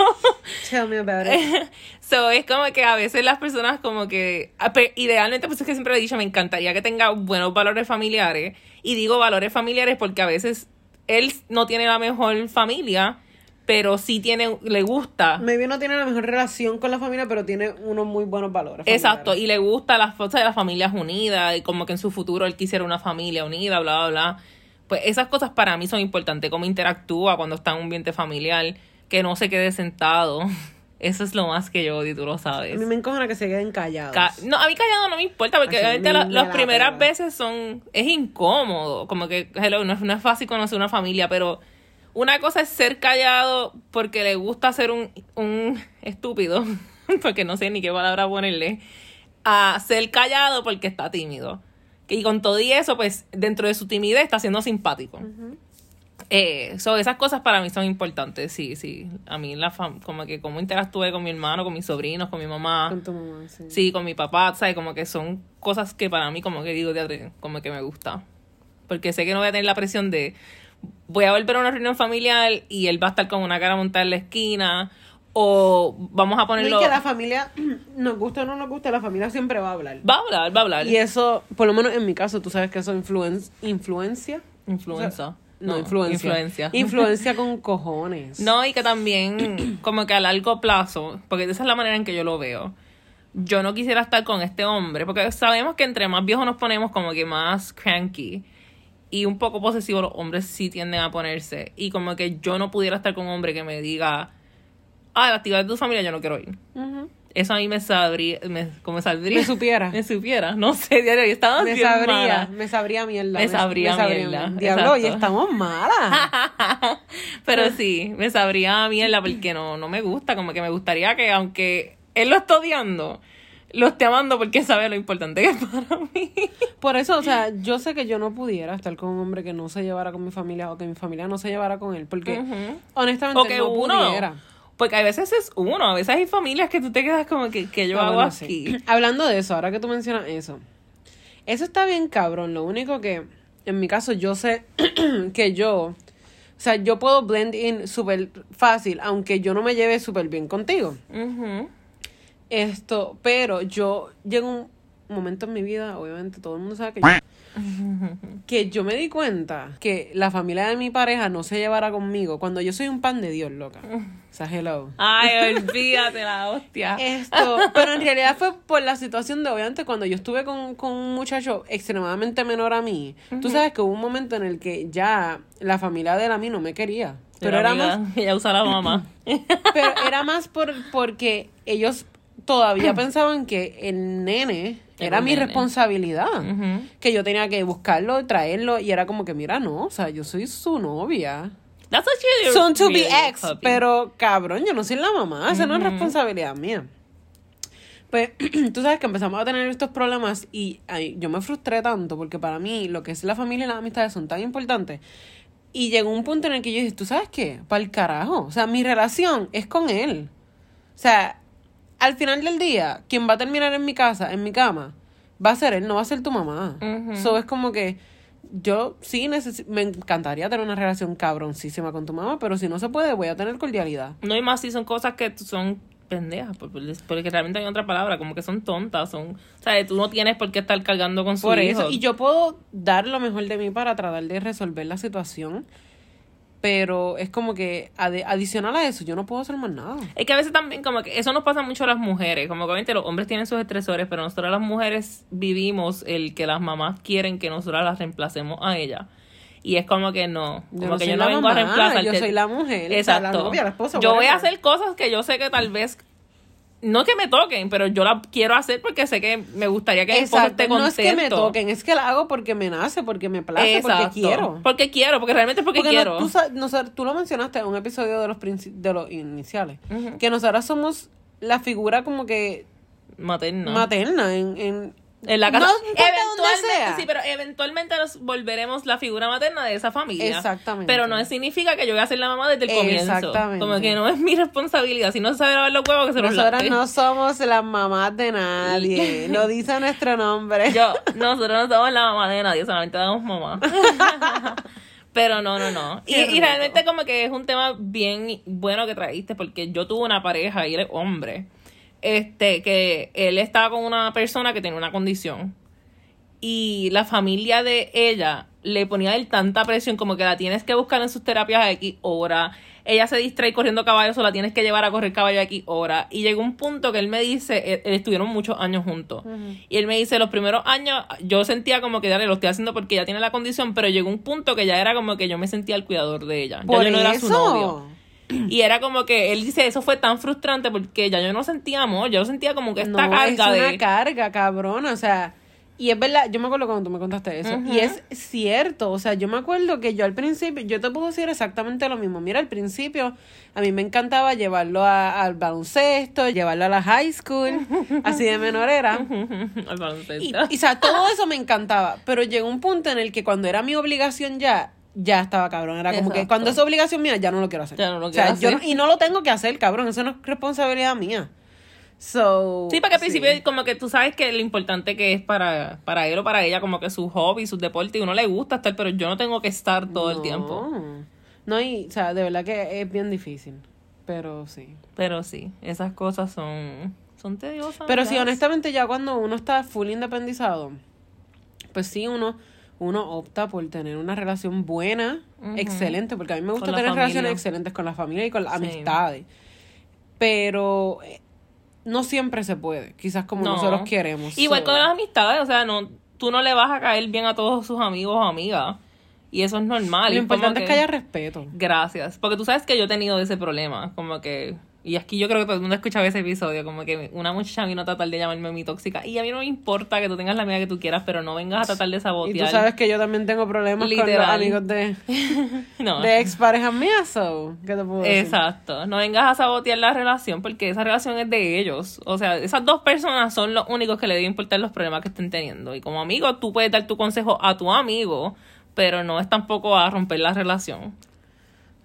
Speaker 1: Tell me about it.
Speaker 2: *laughs* So, es como que a veces las personas como que... ah, pe- Idealmente, pues es que siempre lo he dicho, me encantaría que tenga buenos valores familiares. Y digo valores familiares porque a veces él no tiene la mejor familia, pero sí tiene, le gusta.
Speaker 1: Maybe no tiene la mejor relación con la familia, pero tiene unos muy buenos valores. familiares.
Speaker 2: Exacto, y le gusta las cosas de las familias unidas, y como que en su futuro él quisiera una familia unida, bla, bla, bla. Pues esas cosas para mí son importantes, cómo interactúa cuando está en un ambiente familiar, que no se quede sentado. *laughs* Eso es lo más que yo odio, y tú lo sabes.
Speaker 1: A mí me encojona que se queden callados.
Speaker 2: Ca- no, a mí callado no me importa porque
Speaker 1: Así,
Speaker 2: obviamente la-
Speaker 1: me
Speaker 2: las
Speaker 1: la
Speaker 2: primeras
Speaker 1: pela.
Speaker 2: veces son es incómodo, como que hello, no es, no es fácil conocer una familia, pero una cosa es ser callado porque le gusta ser un, un estúpido, *laughs* porque no sé ni qué palabra ponerle, a ser callado porque está tímido. Y con todo y eso, pues dentro de su timidez está siendo simpático. Eh, so, esas cosas para mí son importantes, sí, sí. A mí la fam- como que cómo interactúe con mi hermano, con mis sobrinos, con mi mamá.
Speaker 1: Con tu mamá, sí.
Speaker 2: Sí, con mi papá, ¿sabes? Como que son cosas que para mí, como que digo, "Diatre, como que me gusta. Porque sé que no voy a tener la presión de, voy a volver a una reunión familiar y él va a estar con una cara montada en la esquina, o vamos a
Speaker 1: No,
Speaker 2: ponerlo...
Speaker 1: Y que la familia, *clears throat* nos gusta o no nos gusta, la familia siempre va a hablar.
Speaker 2: Va a hablar, va a hablar.
Speaker 1: Y eso, por lo menos en mi caso, tú sabes que eso influen- influencia.
Speaker 2: Influenza.
Speaker 1: No, influencia.
Speaker 2: Influencia.
Speaker 1: Influencia
Speaker 2: *laughs*
Speaker 1: con cojones.
Speaker 2: No, y que también, *clears throat* como que a largo plazo, porque esa es la manera en que yo lo veo. Yo no quisiera estar con este hombre, porque sabemos que entre más viejos nos ponemos, como que más cranky y un poco posesivo, los hombres sí tienden a ponerse. Y como que yo no pudiera estar con un hombre que me diga, ah, la actividad de tu familia yo no quiero ir.
Speaker 1: Ujú.
Speaker 2: Eso a mí me sabría, me, como saldría.
Speaker 1: Me supiera.
Speaker 2: *laughs* me supiera, no sé, diario, yo estaba
Speaker 1: Me
Speaker 2: bien
Speaker 1: sabría,
Speaker 2: mala.
Speaker 1: me sabría mierda.
Speaker 2: Oh, Me sabría mierda,
Speaker 1: Diablo, y
Speaker 2: exacto.
Speaker 1: estamos malas.
Speaker 2: Pero sí, me sabría a mierda porque no, no me gusta. Como que me gustaría que, aunque él lo esté odiando, lo esté amando porque sabe lo importante que es para *laughs* mí.
Speaker 1: Por eso, o sea, yo sé que yo no pudiera estar con un hombre que no se llevara con mi familia o que mi familia no se llevara con él, porque
Speaker 2: Ujú.
Speaker 1: honestamente
Speaker 2: O que
Speaker 1: no
Speaker 2: uno.
Speaker 1: pudiera.
Speaker 2: Porque a veces es uno, a veces hay familias que tú te quedas como que, que yo
Speaker 1: Pero
Speaker 2: hago
Speaker 1: bueno,
Speaker 2: aquí.
Speaker 1: sí. Hablando de eso, ahora que tú mencionas eso, eso está bien cabrón. Lo único que, en mi caso, yo sé *clears throat* que yo, o sea, yo puedo blend in súper fácil, aunque yo no me lleve súper bien contigo.
Speaker 2: Ujú.
Speaker 1: Esto, pero yo llego a un momento en mi vida, obviamente todo el mundo sabe que yo, que yo me di cuenta que la familia de mi pareja no se llevara conmigo cuando yo soy un pan de Dios, loca. O sea, hello.
Speaker 2: Ay, olvídate la hostia.
Speaker 1: Esto, pero en realidad fue por la situación de obviamente cuando yo estuve con, con un muchacho extremadamente menor a mí. Tú sabes que hubo un momento en el que ya la familia de él a mí no me quería. Pero
Speaker 2: Pero
Speaker 1: era
Speaker 2: amiga,
Speaker 1: más,
Speaker 2: Ella usa la mamá.
Speaker 1: pero era más por, porque ellos todavía pensaban que el nene
Speaker 2: Mm. Era
Speaker 1: era
Speaker 2: un
Speaker 1: mi
Speaker 2: nene. Mm.
Speaker 1: responsabilidad.
Speaker 2: Ujú.
Speaker 1: Que yo tenía que buscarlo, traerlo, y era como que, mira, no, o sea, yo soy su novia.
Speaker 2: That's what you
Speaker 1: Soon to be
Speaker 2: really,
Speaker 1: ex,
Speaker 2: puppy.
Speaker 1: pero cabrón, yo no soy la mamá, esa no es responsabilidad mía. Pues *clears throat* tú sabes que empezamos a tener estos problemas y ay, yo me frustré tanto porque para mí lo que es la familia y las amistades son tan importantes. Y llegó un punto en el que yo dije, ¿tú sabes qué? Para el carajo. O sea, mi relación es con él. O sea, al final del día, quien va a terminar en mi casa, en mi cama, va a ser él, no va a ser tu mamá.
Speaker 2: Ujú.
Speaker 1: So es como que yo sí necesi- me encantaría tener una relación cabroncísima con tu mamá, pero si no se puede, voy a tener cordialidad.
Speaker 2: No, y más si son cosas que t- son pendejas, por- por- porque realmente hay otra palabra, como que son tontas, son... O sea, tú no tienes por qué estar cargando con su
Speaker 1: Por
Speaker 2: hijo.
Speaker 1: eso, y yo puedo dar lo mejor de mí para tratar de resolver la situación, pero es como que ade- adicional a eso, yo no puedo hacer más nada.
Speaker 2: Es que a veces también como que eso nos pasa mucho a las mujeres, como que obviamente los hombres tienen sus estresores, pero nosotras las mujeres vivimos el que las mamás quieren que nosotras las reemplacemos a ella. Y es como que no,
Speaker 1: Yo
Speaker 2: como
Speaker 1: no
Speaker 2: que
Speaker 1: soy
Speaker 2: yo no
Speaker 1: la
Speaker 2: vengo a
Speaker 1: mamá,
Speaker 2: reemplazarte.
Speaker 1: yo soy la mujer, o sea, la
Speaker 2: Exacto.
Speaker 1: novia, la esposa,
Speaker 2: yo voy a
Speaker 1: whatever.
Speaker 2: hacer cosas que yo sé que tal vez no que me toquen, pero yo las quiero hacer porque sé que me gustaría que mi esposo esté
Speaker 1: Exacto, no es que me
Speaker 2: contento.
Speaker 1: toquen, es que la hago porque me nace, porque me place,
Speaker 2: Exacto.
Speaker 1: porque quiero.
Speaker 2: Porque quiero, porque realmente es porque,
Speaker 1: Porque no-
Speaker 2: quiero.
Speaker 1: tú, sa- no sa- tú lo mencionaste en un episodio de los, princi- de los iniciales,
Speaker 2: Ujú.
Speaker 1: que nosotras somos la figura como que
Speaker 2: Materna.
Speaker 1: materna en, en,
Speaker 2: En la casa.
Speaker 1: No importa dónde
Speaker 2: eventualmente,
Speaker 1: sea.
Speaker 2: sí, pero eventualmente nos volveremos la figura materna de esa familia.
Speaker 1: Exactamente.
Speaker 2: Pero no significa que yo voy a ser la mamá desde el comienzo.
Speaker 1: Exactamente.
Speaker 2: Como que no es mi responsabilidad. Si no se sabe lavar los huevos, que se los
Speaker 1: Nosotras
Speaker 2: lave.
Speaker 1: no somos las mamás de nadie. Lo dice nuestro nombre.
Speaker 2: *laughs* Yo, nosotros no somos la mamá de nadie, solamente damos *laughs* mamá. Pero no, no, no. Y,
Speaker 1: Qué
Speaker 2: y
Speaker 1: rico.
Speaker 2: realmente como que es un tema bien bueno que trajiste porque yo tuve una pareja y él es hombre. Este, que él estaba con una persona que tenía una condición. Y la familia de ella le ponía a él tanta presión como que la tienes que buscar en sus terapias a X hora. Ella se distrae corriendo caballos o la tienes que llevar a correr caballo a X hora. Y llegó un punto que él me dice, e, él- él estuvieron muchos años juntos. Y él me dice, los primeros años yo sentía como que, dale, lo estoy haciendo porque ya tiene la condición, pero llegó un punto que ya era como que yo me sentía el cuidador de ella. Ya
Speaker 1: Por
Speaker 2: yo no era
Speaker 1: eso.
Speaker 2: su novio. *clears throat* Y era como que él dice, eso fue tan frustrante porque ya yo no sentía amor, yo sentía como que esta
Speaker 1: No,
Speaker 2: carga
Speaker 1: es una
Speaker 2: de...
Speaker 1: carga, cabrona. O sea, y es verdad, yo me acuerdo cuando tú me contaste eso.
Speaker 2: Ujú.
Speaker 1: Y es cierto. O sea, yo me acuerdo que yo al principio, yo te puedo decir exactamente lo mismo. Mira, al principio a mí me encantaba llevarlo a- al baloncesto, llevarlo a la high school, así de menorera.
Speaker 2: *laughs* Al baloncesto.
Speaker 1: Y, y, o sea, todo eso me encantaba. Pero llegó un punto en el que cuando era mi obligación ya, ya estaba cabrón. Era como que
Speaker 2: Exacto.
Speaker 1: cuando es obligación mía, ya no lo quiero hacer.
Speaker 2: Ya no lo
Speaker 1: O sea,
Speaker 2: quiero
Speaker 1: yo
Speaker 2: hacer.
Speaker 1: no- y no lo tengo que hacer, cabrón. Eso no es responsabilidad mía. So,
Speaker 2: Sí, porque al principio como que tú sabes que lo importante que es para, para él o para ella, como que su hobby, sus deportes, y uno le gusta estar, pero yo no tengo que estar todo el
Speaker 1: No.
Speaker 2: tiempo.
Speaker 1: No, y, o sea, de verdad que es bien difícil. Pero sí.
Speaker 2: Pero sí, esas cosas son, son tediosas.
Speaker 1: Pero sí,
Speaker 2: ya.
Speaker 1: honestamente, ya cuando uno está full independizado, pues sí, uno, uno opta por tener una relación buena,
Speaker 2: Ujú.
Speaker 1: excelente, porque a mí me gusta
Speaker 2: la
Speaker 1: tener
Speaker 2: familia.
Speaker 1: relaciones excelentes con la familia y con las
Speaker 2: Sí.
Speaker 1: amistades. Pero eh, no siempre se puede, quizás como
Speaker 2: No.
Speaker 1: nosotros queremos.
Speaker 2: Igual
Speaker 1: So,
Speaker 2: con las amistades, o sea, no, tú no le vas a caer bien a todos sus amigos o amigas. Y eso es normal.
Speaker 1: Lo
Speaker 2: y como
Speaker 1: importante es que haya respeto.
Speaker 2: Gracias. Porque tú sabes que yo he tenido ese problema. Como que. Y aquí yo creo que todo el mundo escuchaba ese episodio. Como que una muchacha vino a tratar de llamarme mi tóxica. Y a mí no me importa que tú tengas la amiga que tú quieras, pero no vengas a tratar de
Speaker 1: Y
Speaker 2: sabotear.
Speaker 1: tú sabes que yo también tengo problemas con los
Speaker 2: Literal.
Speaker 1: amigos de,
Speaker 2: *laughs* no.
Speaker 1: de exparejas mías, so, ¿qué te puedo decir?
Speaker 2: Exacto. No vengas a sabotear la relación porque esa relación es de ellos. O sea, esas dos personas son los únicos que le deben importar los problemas que estén teniendo. Y como amigo, tú puedes dar tu consejo a tu amigo, pero no es tampoco a romper la relación.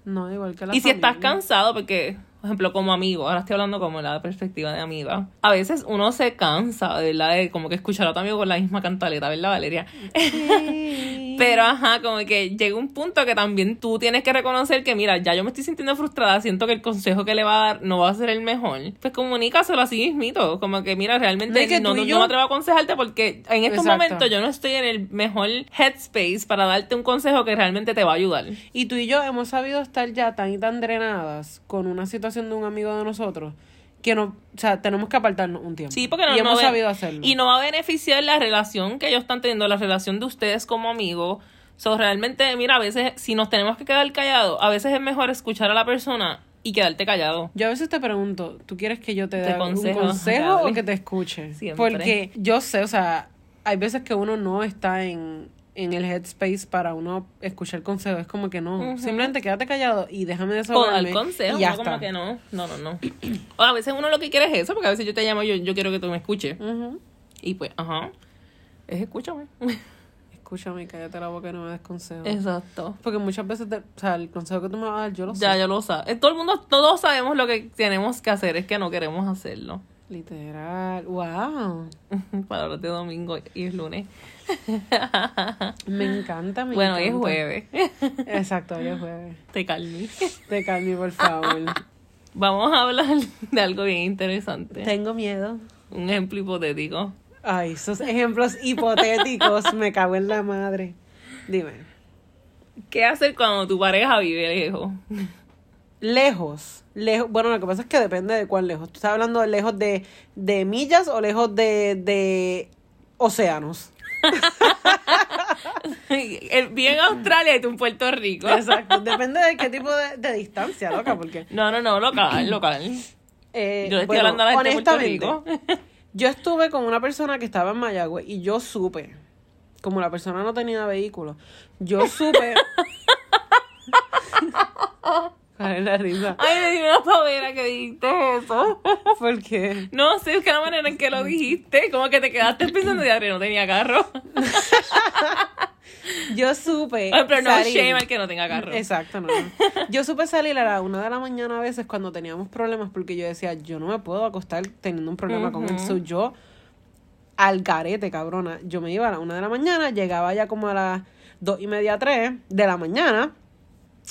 Speaker 1: No, igual que la
Speaker 2: Y si estás
Speaker 1: familia.
Speaker 2: cansado, porque, por ejemplo, como amigo, ahora estoy hablando como la perspectiva de amiga, a veces uno se cansa, ¿verdad? De como que escuchar a tu amigo con la misma cantaleta, ¿verdad, Valeria? *laughs*
Speaker 1: Sí.
Speaker 2: Pero, ajá, como que llega un punto que también tú tienes que reconocer que, mira, ya yo me estoy sintiendo frustrada, siento que el consejo que le va a dar no va a ser el mejor. Pues comunícaselo así mismito, como que, mira,
Speaker 1: No,
Speaker 2: realmente
Speaker 1: es que
Speaker 2: no,
Speaker 1: tú y
Speaker 2: no-
Speaker 1: yo-
Speaker 2: no me atrevo a aconsejarte porque en estos
Speaker 1: Exacto.
Speaker 2: momentos yo no estoy en el mejor headspace para darte un consejo que realmente te va a ayudar.
Speaker 1: Y tú y yo hemos sabido estar ya tan y tan drenadas con una situación de un amigo de nosotros que no, o sea, tenemos que apartarnos un tiempo.
Speaker 2: Sí, porque no,
Speaker 1: y hemos
Speaker 2: no ve-
Speaker 1: sabido hacerlo.
Speaker 2: Y no va a beneficiar la relación que ellos están teniendo, la relación de ustedes como amigos. So, realmente, mira, a veces, si nos tenemos que quedar callados, a veces es mejor escuchar a la persona y quedarte callado.
Speaker 1: Yo a veces te pregunto, ¿tú quieres que yo te
Speaker 2: Te
Speaker 1: dé algún
Speaker 2: consejo,
Speaker 1: consejo o
Speaker 2: dale.
Speaker 1: que te escuche?
Speaker 2: Siempre.
Speaker 1: Porque yo sé, o sea, hay veces que uno no está en, en el headspace para uno escuchar consejos. Es como que no.
Speaker 2: Ujú.
Speaker 1: Simplemente quédate callado y déjame
Speaker 2: O
Speaker 1: desahogarme.
Speaker 2: dar consejo,
Speaker 1: y ya
Speaker 2: no como
Speaker 1: está.
Speaker 2: que no. No, no, no. O a veces uno lo que quiere es eso, porque a veces yo te llamo y yo, yo quiero que tú me escuches.
Speaker 1: Ujú.
Speaker 2: Y pues, ajá. Es escúchame.
Speaker 1: Escúchame, cállate la boca y no me des consejos.
Speaker 2: *laughs* Exacto.
Speaker 1: Porque muchas veces, te- o sea, el consejo que tú me vas a dar, yo lo sé.
Speaker 2: eh, Ya, ya lo sabes. Todo el mundo, todos sabemos lo que tenemos que hacer, es que no queremos hacerlo. *laughs*
Speaker 1: Literal. Wow.
Speaker 2: Palabras de domingo y es lunes.
Speaker 1: Me encanta, me
Speaker 2: bueno, hoy es
Speaker 1: encanta.
Speaker 2: jueves.
Speaker 1: Exacto, hoy es jueves.
Speaker 2: Te calmé.
Speaker 1: Te calme, por favor.
Speaker 2: *laughs* Vamos a hablar de algo bien interesante.
Speaker 1: Tengo miedo.
Speaker 2: Un ejemplo hipotético.
Speaker 1: Ay, esos ejemplos hipotéticos. Me cago en la madre. Dime.
Speaker 2: ¿Qué hacer cuando tu pareja vive lejos? *laughs*
Speaker 1: Lejos. Lejos. Bueno, lo que pasa es que depende de cuán lejos. ¿Tú estás hablando de lejos de, de millas o lejos de, de océanos?
Speaker 2: El- Vive en Australia y tú en Puerto Rico.
Speaker 1: Exacto. Depende de qué tipo de, de distancia, loca, porque.
Speaker 2: No, no, no, local, local.
Speaker 1: eh,
Speaker 2: Yo le estoy
Speaker 1: bueno,
Speaker 2: hablando a la gente de Puerto
Speaker 1: honestamente,
Speaker 2: Rico. *laughs*
Speaker 1: Yo estuve con una persona que estaba en Mayagüez y yo supe, como la persona no tenía vehículo, yo
Speaker 2: *laughs*
Speaker 1: supe. ¿Cuál es la risa?
Speaker 2: Ay, me dio una pavera que dijiste eso.
Speaker 1: Porque
Speaker 2: No sé, es que la manera en que lo dijiste, como que te quedaste pensando, diadre, no tenía carro.
Speaker 1: yo supe.
Speaker 2: Ay, pero no
Speaker 1: salir-
Speaker 2: shame al que no tenga carro.
Speaker 1: Exacto, no. no. Yo supe salir a la una de la mañana a veces cuando teníamos problemas porque yo decía, yo no me puedo acostar teniendo un problema con él.
Speaker 2: Ujú.
Speaker 1: So, yo al carete, cabrona. Yo me iba a la una de la mañana, llegaba ya como a las dos y media, tres de la mañana,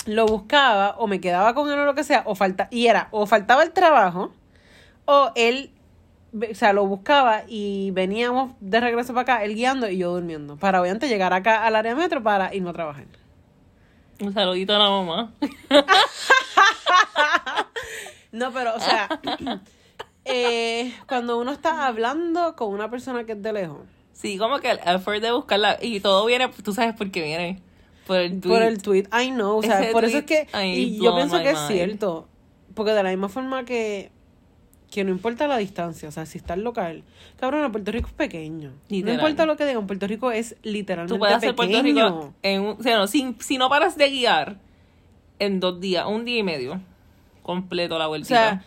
Speaker 1: lo buscaba o me quedaba con él o lo que sea, o falta y era, o faltaba el trabajo, o él, ve- o sea, lo buscaba y veníamos de regreso para acá, él guiando y yo durmiendo, para obviamente llegar acá al área metro para irme a trabajar.
Speaker 2: Un saludito a la mamá.
Speaker 1: No, pero, o
Speaker 2: *laughs*
Speaker 1: sea, eh, cuando uno está hablando con una persona que es de lejos,
Speaker 2: Sí, como que el effort de buscarla. Y todo viene, tú sabes por qué viene. Por el tweet.
Speaker 1: por el tweet, I know, o sea,
Speaker 2: Ese
Speaker 1: por eso es
Speaker 2: tweet,
Speaker 1: que,
Speaker 2: I
Speaker 1: y yo
Speaker 2: blow
Speaker 1: pienso
Speaker 2: my
Speaker 1: que es
Speaker 2: mind.
Speaker 1: cierto, porque de la misma forma que, que no importa la distancia, o sea, si está el local, cabrón, Puerto Rico es pequeño,
Speaker 2: Literal.
Speaker 1: no importa lo que digan, Puerto Rico es literalmente
Speaker 2: Tú puedes hacer
Speaker 1: pequeño.
Speaker 2: Puerto Rico en un, o sea, no, si, si no paras de guiar en dos días, un día y medio, completo la
Speaker 1: o
Speaker 2: vueltita.
Speaker 1: sea,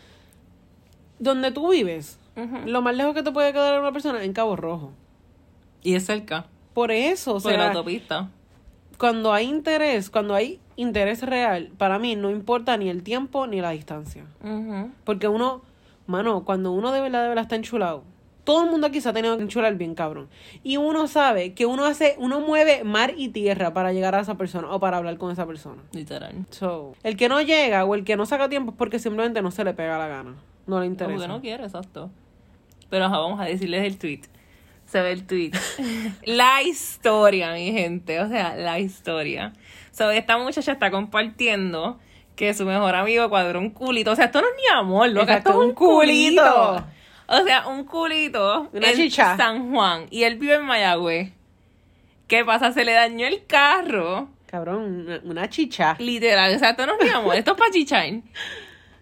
Speaker 1: donde tú vives, lo más lejos que te puede quedar una persona es en Cabo Rojo.
Speaker 2: y es cerca,
Speaker 1: Por eso, o
Speaker 2: por la
Speaker 1: sea,
Speaker 2: autopista.
Speaker 1: cuando hay interés, cuando hay interés real, para mí no importa ni el tiempo ni la distancia.
Speaker 2: Ujú.
Speaker 1: Porque uno, mano, cuando uno de verdad, de verdad está enchulado, todo el mundo aquí se ha tenido que enchular bien, cabrón. Y uno sabe que uno hace, uno mueve mar y tierra para llegar a esa persona o para hablar con esa persona.
Speaker 2: Literal.
Speaker 1: So, el que no llega o el que no saca tiempo es porque simplemente no se le pega la gana. No le
Speaker 2: Porque
Speaker 1: interesa.
Speaker 2: no quiere, exacto. Pero ajá, vamos a decirles el tweet. Se ve el
Speaker 1: *laughs*
Speaker 2: tweet. la historia, mi gente. O sea, la historia. So, esta muchacha está compartiendo que su mejor amigo cuadró un culito. O sea, esto no es ni amor, loca.
Speaker 1: Exacto,
Speaker 2: Esto es
Speaker 1: un
Speaker 2: un
Speaker 1: culito.
Speaker 2: culito. O sea, un culito
Speaker 1: Una
Speaker 2: en
Speaker 1: chicha.
Speaker 2: San Juan. Y él vive en Mayagüez. ¿Qué pasa? Se le dañó el carro.
Speaker 1: Cabrón, una, una chicha.
Speaker 2: Literal, o sea, esto no es mi amor, esto es para chichar.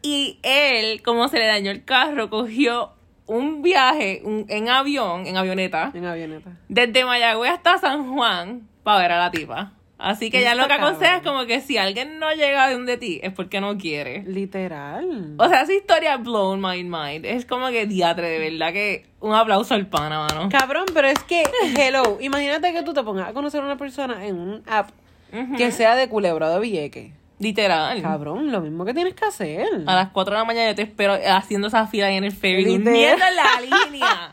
Speaker 2: Y él, como se le dañó el carro, cogió un viaje un- en avión, en avioneta,
Speaker 1: En avioneta.
Speaker 2: desde Mayagüez hasta San Juan para ver a la tipa. Así que ya
Speaker 1: Está
Speaker 2: lo que aconseja es
Speaker 1: cabrón.
Speaker 2: como que si alguien no llega de donde ti, es porque no quiere.
Speaker 1: Literal.
Speaker 2: O sea, esa historia blown my mind. Es como que diatre, de verdad que un aplauso al pana, mano.
Speaker 1: Cabrón, pero es que, hello, imagínate que tú te pongas a conocer a una persona en un app
Speaker 2: Ujú.
Speaker 1: que sea de culebra o de villeque.
Speaker 2: Literal.
Speaker 1: Cabrón, lo mismo que tienes que hacer.
Speaker 2: A las 4 de la mañana yo te espero haciendo esa fila ahí en el ferry,
Speaker 1: Literal.
Speaker 2: durmiendo en la
Speaker 1: *laughs*
Speaker 2: línea.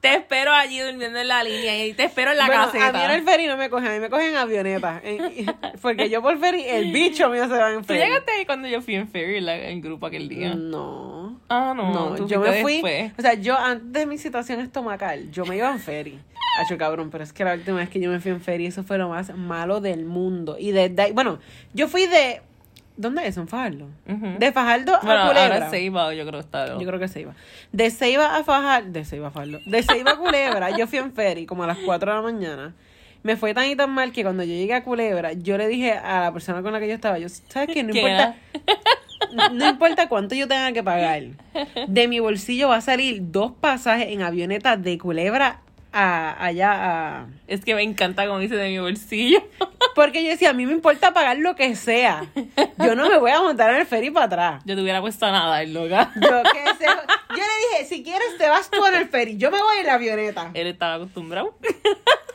Speaker 2: te espero allí durmiendo en la línea y te espero en la
Speaker 1: Bueno,
Speaker 2: caseta.
Speaker 1: A mí en el ferry no me cogen, a mí me cogen en avioneta. En- porque yo por ferry, el bicho mío se va en
Speaker 2: Tú
Speaker 1: ferry.
Speaker 2: llegaste ahí cuando yo fui en ferry, la- en grupo aquel día.
Speaker 1: No.
Speaker 2: Ah, no,
Speaker 1: Mm. No,
Speaker 2: tú
Speaker 1: yo
Speaker 2: fuiste
Speaker 1: me fui.
Speaker 2: después.
Speaker 1: O sea, yo antes de mi situación estomacal, yo me iba en ferry. Acho, cabrón, pero es que la última vez que yo me fui en ferry, eso fue lo más malo del mundo. Y desde ahí, bueno, yo fui de. ¿Dónde es? En Fajardo.
Speaker 2: Ujú.
Speaker 1: De Fajardo
Speaker 2: Bueno,
Speaker 1: a Culebra.
Speaker 2: ahora se iba, yo creo que está. ¿no?
Speaker 1: Yo creo que se iba. De Ceiba a Fajar, de Ceiba a Fajardo, de Ceiba a Culebra, yo fui en ferry como a las 4 de la mañana. Me fue tan y tan mal que cuando yo llegué a Culebra, yo le dije a la persona con la que yo estaba, yo, ¿sabes qué? No
Speaker 2: ¿Qué
Speaker 1: importa, no importa cuánto yo tenga que pagar, de mi bolsillo va a salir dos pasajes en avioneta de Culebra a allá a...
Speaker 2: Es que me encanta como dice de mi bolsillo. *laughs*
Speaker 1: Porque yo decía, a mí me importa pagar lo que sea. Yo no me voy a montar en el ferry para atrás.
Speaker 2: Yo te hubiera puesto a
Speaker 1: *laughs*
Speaker 2: nada, loca.
Speaker 1: Yo, que se- yo le dije, si quieres te vas tú en el ferry, yo me voy en la avioneta.
Speaker 2: Él estaba acostumbrado.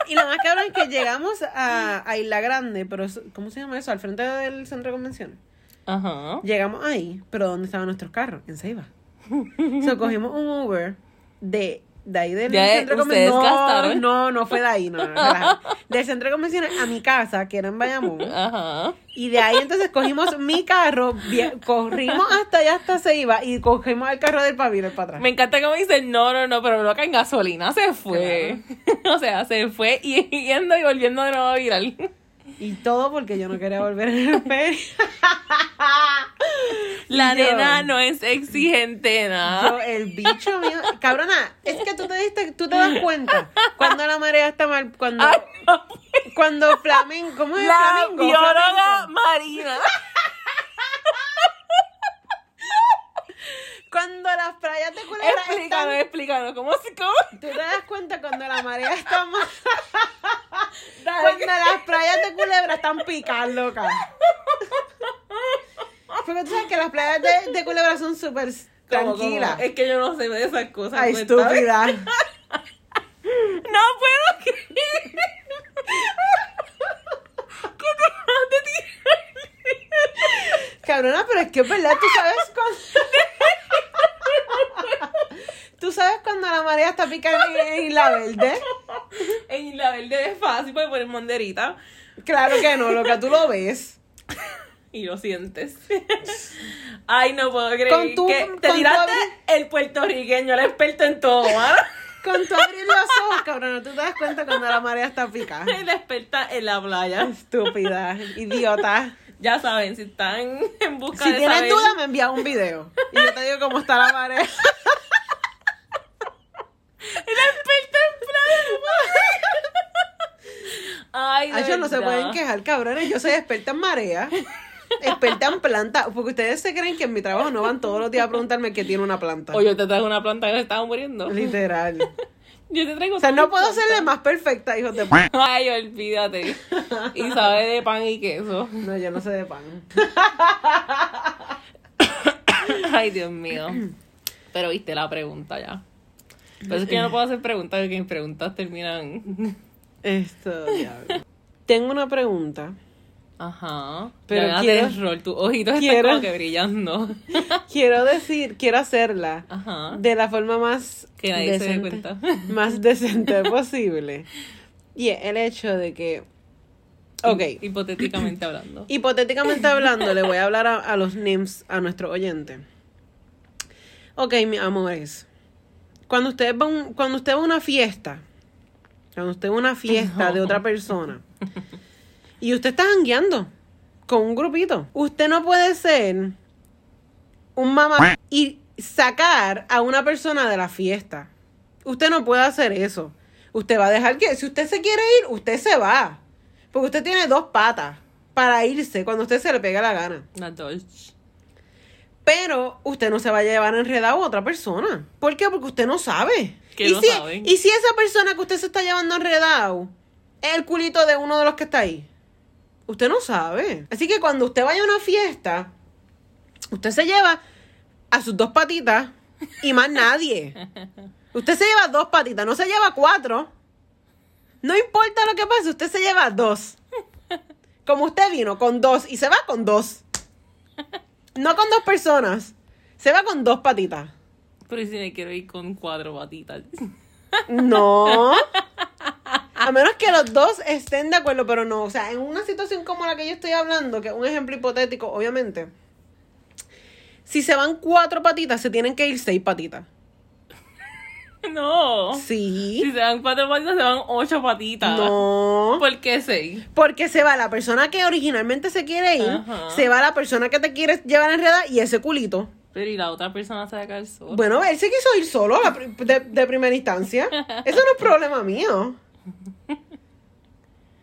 Speaker 1: Y lo más cabrón es que llegamos a, a Isla Grande, pero eso- ¿cómo se llama eso? Al frente del centro de convenciones.
Speaker 2: Ajá.
Speaker 1: Llegamos ahí, pero ¿dónde estaban nuestros carros? En Ceiba. So, cogimos un Uber de, de ahí del
Speaker 2: Ya,
Speaker 1: centro
Speaker 2: ustedes
Speaker 1: convencional.
Speaker 2: gastaron.
Speaker 1: No, no, no fue de ahí, no, no, no, relaja. Del centro convencional a mi casa, que era en Bayamón.
Speaker 2: Ajá.
Speaker 1: Y de ahí entonces cogimos mi carro, vi- corrimos hasta allá, hasta se iba, y cogimos el carro del pabilo para
Speaker 2: Me
Speaker 1: atrás.
Speaker 2: encanta cómo dicen, no, no, no, pero loca en gasolina se fue. *laughs* o sea, se fue y y *laughs* yendo y volviendo de nuevo a virar.
Speaker 1: Y todo porque yo no quería volver en el ferry.
Speaker 2: La
Speaker 1: Y yo-
Speaker 2: nena no es exigente, nada.
Speaker 1: Yo, el bicho mío. Cabrona, es que tú te diste, tú te das cuenta cuando la marea está mal, cuando,
Speaker 2: Ay, no,
Speaker 1: cuando flamenco, ¿cómo es
Speaker 2: la
Speaker 1: flamenco?
Speaker 2: bióloga
Speaker 1: Flamenco.
Speaker 2: *laughs* marina.
Speaker 1: Cuando las playas de culebra
Speaker 2: explícanos,
Speaker 1: están.
Speaker 2: explícanos, ¿cómo se cómo?
Speaker 1: Tú te das cuenta cuando la marea está
Speaker 2: *laughs*
Speaker 1: mal.
Speaker 2: Pues
Speaker 1: cuando las playas de culebra están picadas, loca. Porque tú sabes que las playas de, de culebra son súper
Speaker 2: ¿Cómo,
Speaker 1: tranquilas.
Speaker 2: cómo? Es que yo no sé de esas cosas.
Speaker 1: Ay,
Speaker 2: pues,
Speaker 1: estúpida.
Speaker 2: *laughs* No puedo creer. que te de
Speaker 1: Cabrona, pero es que es verdad, tú sabes
Speaker 2: *laughs*
Speaker 1: cuando. tú sabes cuando la marea está picada en- en Isla Verde.
Speaker 2: En Isla Verde es fácil puedes poner monderita
Speaker 1: Claro que no, loca, tú lo ves.
Speaker 2: y lo sientes. *laughs* Ay, no puedo creer
Speaker 1: Con tu-
Speaker 2: que te
Speaker 1: con tu
Speaker 2: tiraste
Speaker 1: abri-
Speaker 2: el puertorriqueño, el experto en todo,
Speaker 1: *laughs*
Speaker 2: ¿ah?
Speaker 1: Con tu abrir los ojos, cabrona, tú te das cuenta cuando la marea está picada.
Speaker 2: El experta en la playa.
Speaker 1: Estúpida, idiota.
Speaker 2: Ya saben, si están en busca
Speaker 1: Si
Speaker 2: de
Speaker 1: tienes
Speaker 2: saber-
Speaker 1: duda, me envía un video. Y yo te digo cómo está la marea.
Speaker 2: El experto en playa. Ay, de
Speaker 1: Ay, Ah, ellos no se
Speaker 2: verdad.
Speaker 1: pueden quejar, cabrones. Yo soy experta en marea. Experta en planta. Porque ustedes se creen que en mi trabajo no van todos los días a preguntarme qué tiene una planta.
Speaker 2: O yo te traigo una planta que se estaba muriendo.
Speaker 1: Literal.
Speaker 2: Yo te traigo
Speaker 1: O sea,
Speaker 2: otra
Speaker 1: no puedo
Speaker 2: planta.
Speaker 1: serle más perfecta, hijos de p.
Speaker 2: Ay, olvídate. Y sabe de pan y queso. *laughs*
Speaker 1: No, yo no sé de pan.
Speaker 2: Ay, Dios mío. Pero viste la pregunta ya. Pero es que yo no puedo hacer preguntas porque mis preguntas terminan.
Speaker 1: Esto, diablo. Tengo una pregunta.
Speaker 2: Ajá.
Speaker 1: Pero
Speaker 2: Pero ya
Speaker 1: quiero-
Speaker 2: quiero... error. Tus ojitos están
Speaker 1: Quiero-
Speaker 2: como que
Speaker 1: *laughs*
Speaker 2: brillando.
Speaker 1: Quiero decir, quiero hacerla
Speaker 2: Ajá.
Speaker 1: de la forma más
Speaker 2: Que nadie se dé
Speaker 1: decente-
Speaker 2: cuenta.
Speaker 1: *laughs* más decente posible. Y es el hecho de que. Ok.
Speaker 2: Hipotéticamente hablando.
Speaker 1: Hipotéticamente hablando, le voy a hablar a, a los NIMS, a nuestro oyente. Ok, mis amores. Cuando usted va a un- cuando usted va a una fiesta, cuando usted va a una fiesta de otra persona, y usted está jangueando con un grupito, usted no puede ser un mamá y sacar a una persona de la fiesta. Usted no puede hacer eso. Usted va a dejar que, si usted se quiere ir, usted se va. Porque usted tiene dos patas para irse cuando a usted se le pega la gana.
Speaker 2: La Dolce.
Speaker 1: Pero usted no se va a llevar enredado a otra persona. ¿Por qué? Porque usted no sabe.
Speaker 2: Que
Speaker 1: y,
Speaker 2: no
Speaker 1: si,
Speaker 2: saben.
Speaker 1: y si esa persona que usted se está llevando enredado es el culito de uno de los que está ahí. Usted no sabe. Así que cuando usted vaya a una fiesta, usted se lleva a sus dos patitas y más
Speaker 2: *laughs*
Speaker 1: nadie. Usted se lleva dos patitas, no se lleva cuatro. No importa lo que pase, usted se lleva dos. Como usted vino con dos y se va con dos. No con dos personas. Se va con dos patitas.
Speaker 2: Pero ¿y si me quiero ir con cuatro patitas. *laughs*
Speaker 1: No. A menos que los dos estén de acuerdo, pero no. O sea, en una situación como la que yo estoy hablando, que es un ejemplo hipotético, obviamente. Si se van cuatro patitas, se tienen que ir seis patitas.
Speaker 2: No. Si
Speaker 1: Sí.
Speaker 2: se van cuatro patitas, se van ocho patitas.
Speaker 1: No.
Speaker 2: ¿Por qué seis?
Speaker 1: Porque se va la persona que originalmente se quiere ir,
Speaker 2: Ajá.
Speaker 1: se va la persona que te quiere llevar enredada y ese culito.
Speaker 2: Pero y la otra persona se va a caer sola.
Speaker 1: Bueno, él se quiso ir solo la pri- de, de primera instancia. Eso no es problema mío.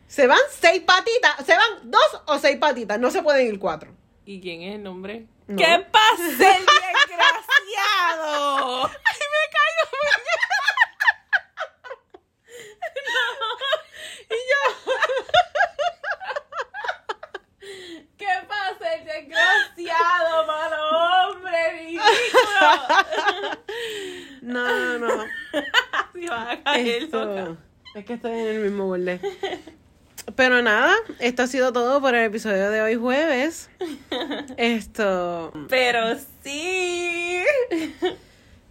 Speaker 1: Se van seis patitas, se van dos o seis patitas, no se pueden ir cuatro.
Speaker 2: ¿Y quién es el nombre?
Speaker 1: No.
Speaker 2: ¿Qué
Speaker 1: *laughs*
Speaker 2: pasa, el desgraciado? Ay, me caigo *laughs* Y yo. ¿Qué pasa, el desgraciado, malo hombre, ridículo?
Speaker 1: No, no, no.
Speaker 2: Así va a caer
Speaker 1: Esto-
Speaker 2: loca.
Speaker 1: es que estoy en el mismo borde. Pero nada, Esto ha sido todo por el episodio de hoy jueves. Esto.
Speaker 2: Pero sí.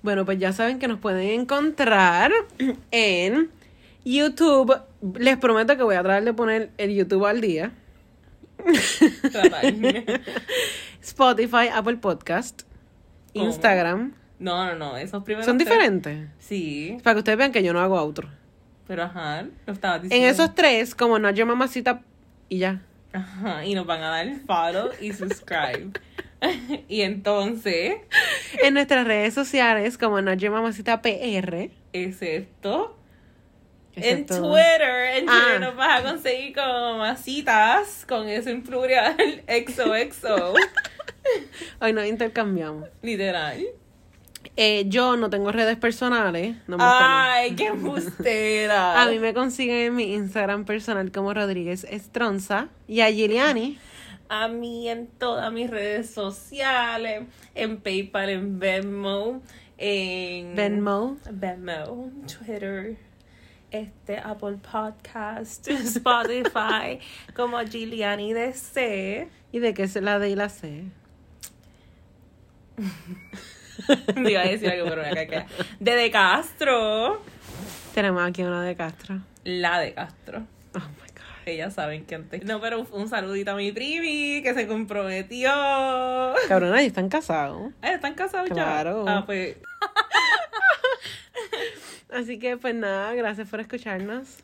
Speaker 1: Bueno, pues ya saben que nos pueden encontrar en YouTube. Les prometo que voy a tratar de poner el YouTube al día.
Speaker 2: Tratar.
Speaker 1: *laughs* Spotify, Apple Podcast,
Speaker 2: ¿Cómo?
Speaker 1: Instagram.
Speaker 2: No, no, no. Esos primeros.
Speaker 1: Son
Speaker 2: tres-
Speaker 1: diferentes.
Speaker 2: Sí.
Speaker 1: Para que ustedes vean que yo no hago outro.
Speaker 2: Pero ajá. Lo estaba
Speaker 1: En
Speaker 2: diciendo.
Speaker 1: esos tres, como Nacho Mamacita y ya.
Speaker 2: Ajá. Y nos van a dar follow
Speaker 1: *laughs*
Speaker 2: y subscribe. *laughs* y entonces,
Speaker 1: En nuestras redes sociales, como Nacho Mamacita PR.
Speaker 2: excepto. En
Speaker 1: excepto-
Speaker 2: Twitter, en
Speaker 1: Ah.
Speaker 2: Twitter nos vas a conseguir con masitas, con eso en plural, *laughs* XOXO,
Speaker 1: Hoy nos intercambiamos.
Speaker 2: literal.
Speaker 1: Eh, yo no tengo redes personales. No me
Speaker 2: Ay, qué
Speaker 1: *laughs*
Speaker 2: embustera.
Speaker 1: A mí me consiguen en mi Instagram personal como Rodríguez Estronza y a Giuliani.
Speaker 2: A mí en todas mis redes sociales, en PayPal, en Venmo, en
Speaker 1: Venmo.
Speaker 2: Venmo, Twitter, este Apple Podcast, *laughs* Spotify, como Giuliani DC.
Speaker 1: ¿Y de qué es la D y la C?
Speaker 2: *laughs* Iba a decir algo pero me caca. De De Castro,
Speaker 1: Tenemos aquí una de Castro.
Speaker 2: la De Castro.
Speaker 1: Oh my God.
Speaker 2: Ellas saben que antes. No, pero un, un saludito a mi primi que se comprometió.
Speaker 1: Cabrona, ya están casados.
Speaker 2: Ay, ¿Están casados ya?
Speaker 1: Claro.
Speaker 2: Ah, pues.
Speaker 1: Así que, pues nada, gracias por escucharnos.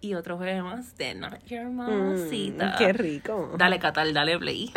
Speaker 2: y otro jueves más de Not Your
Speaker 1: Mm,
Speaker 2: Mamacita.
Speaker 1: qué rico.
Speaker 2: Dale, Catal, dale play.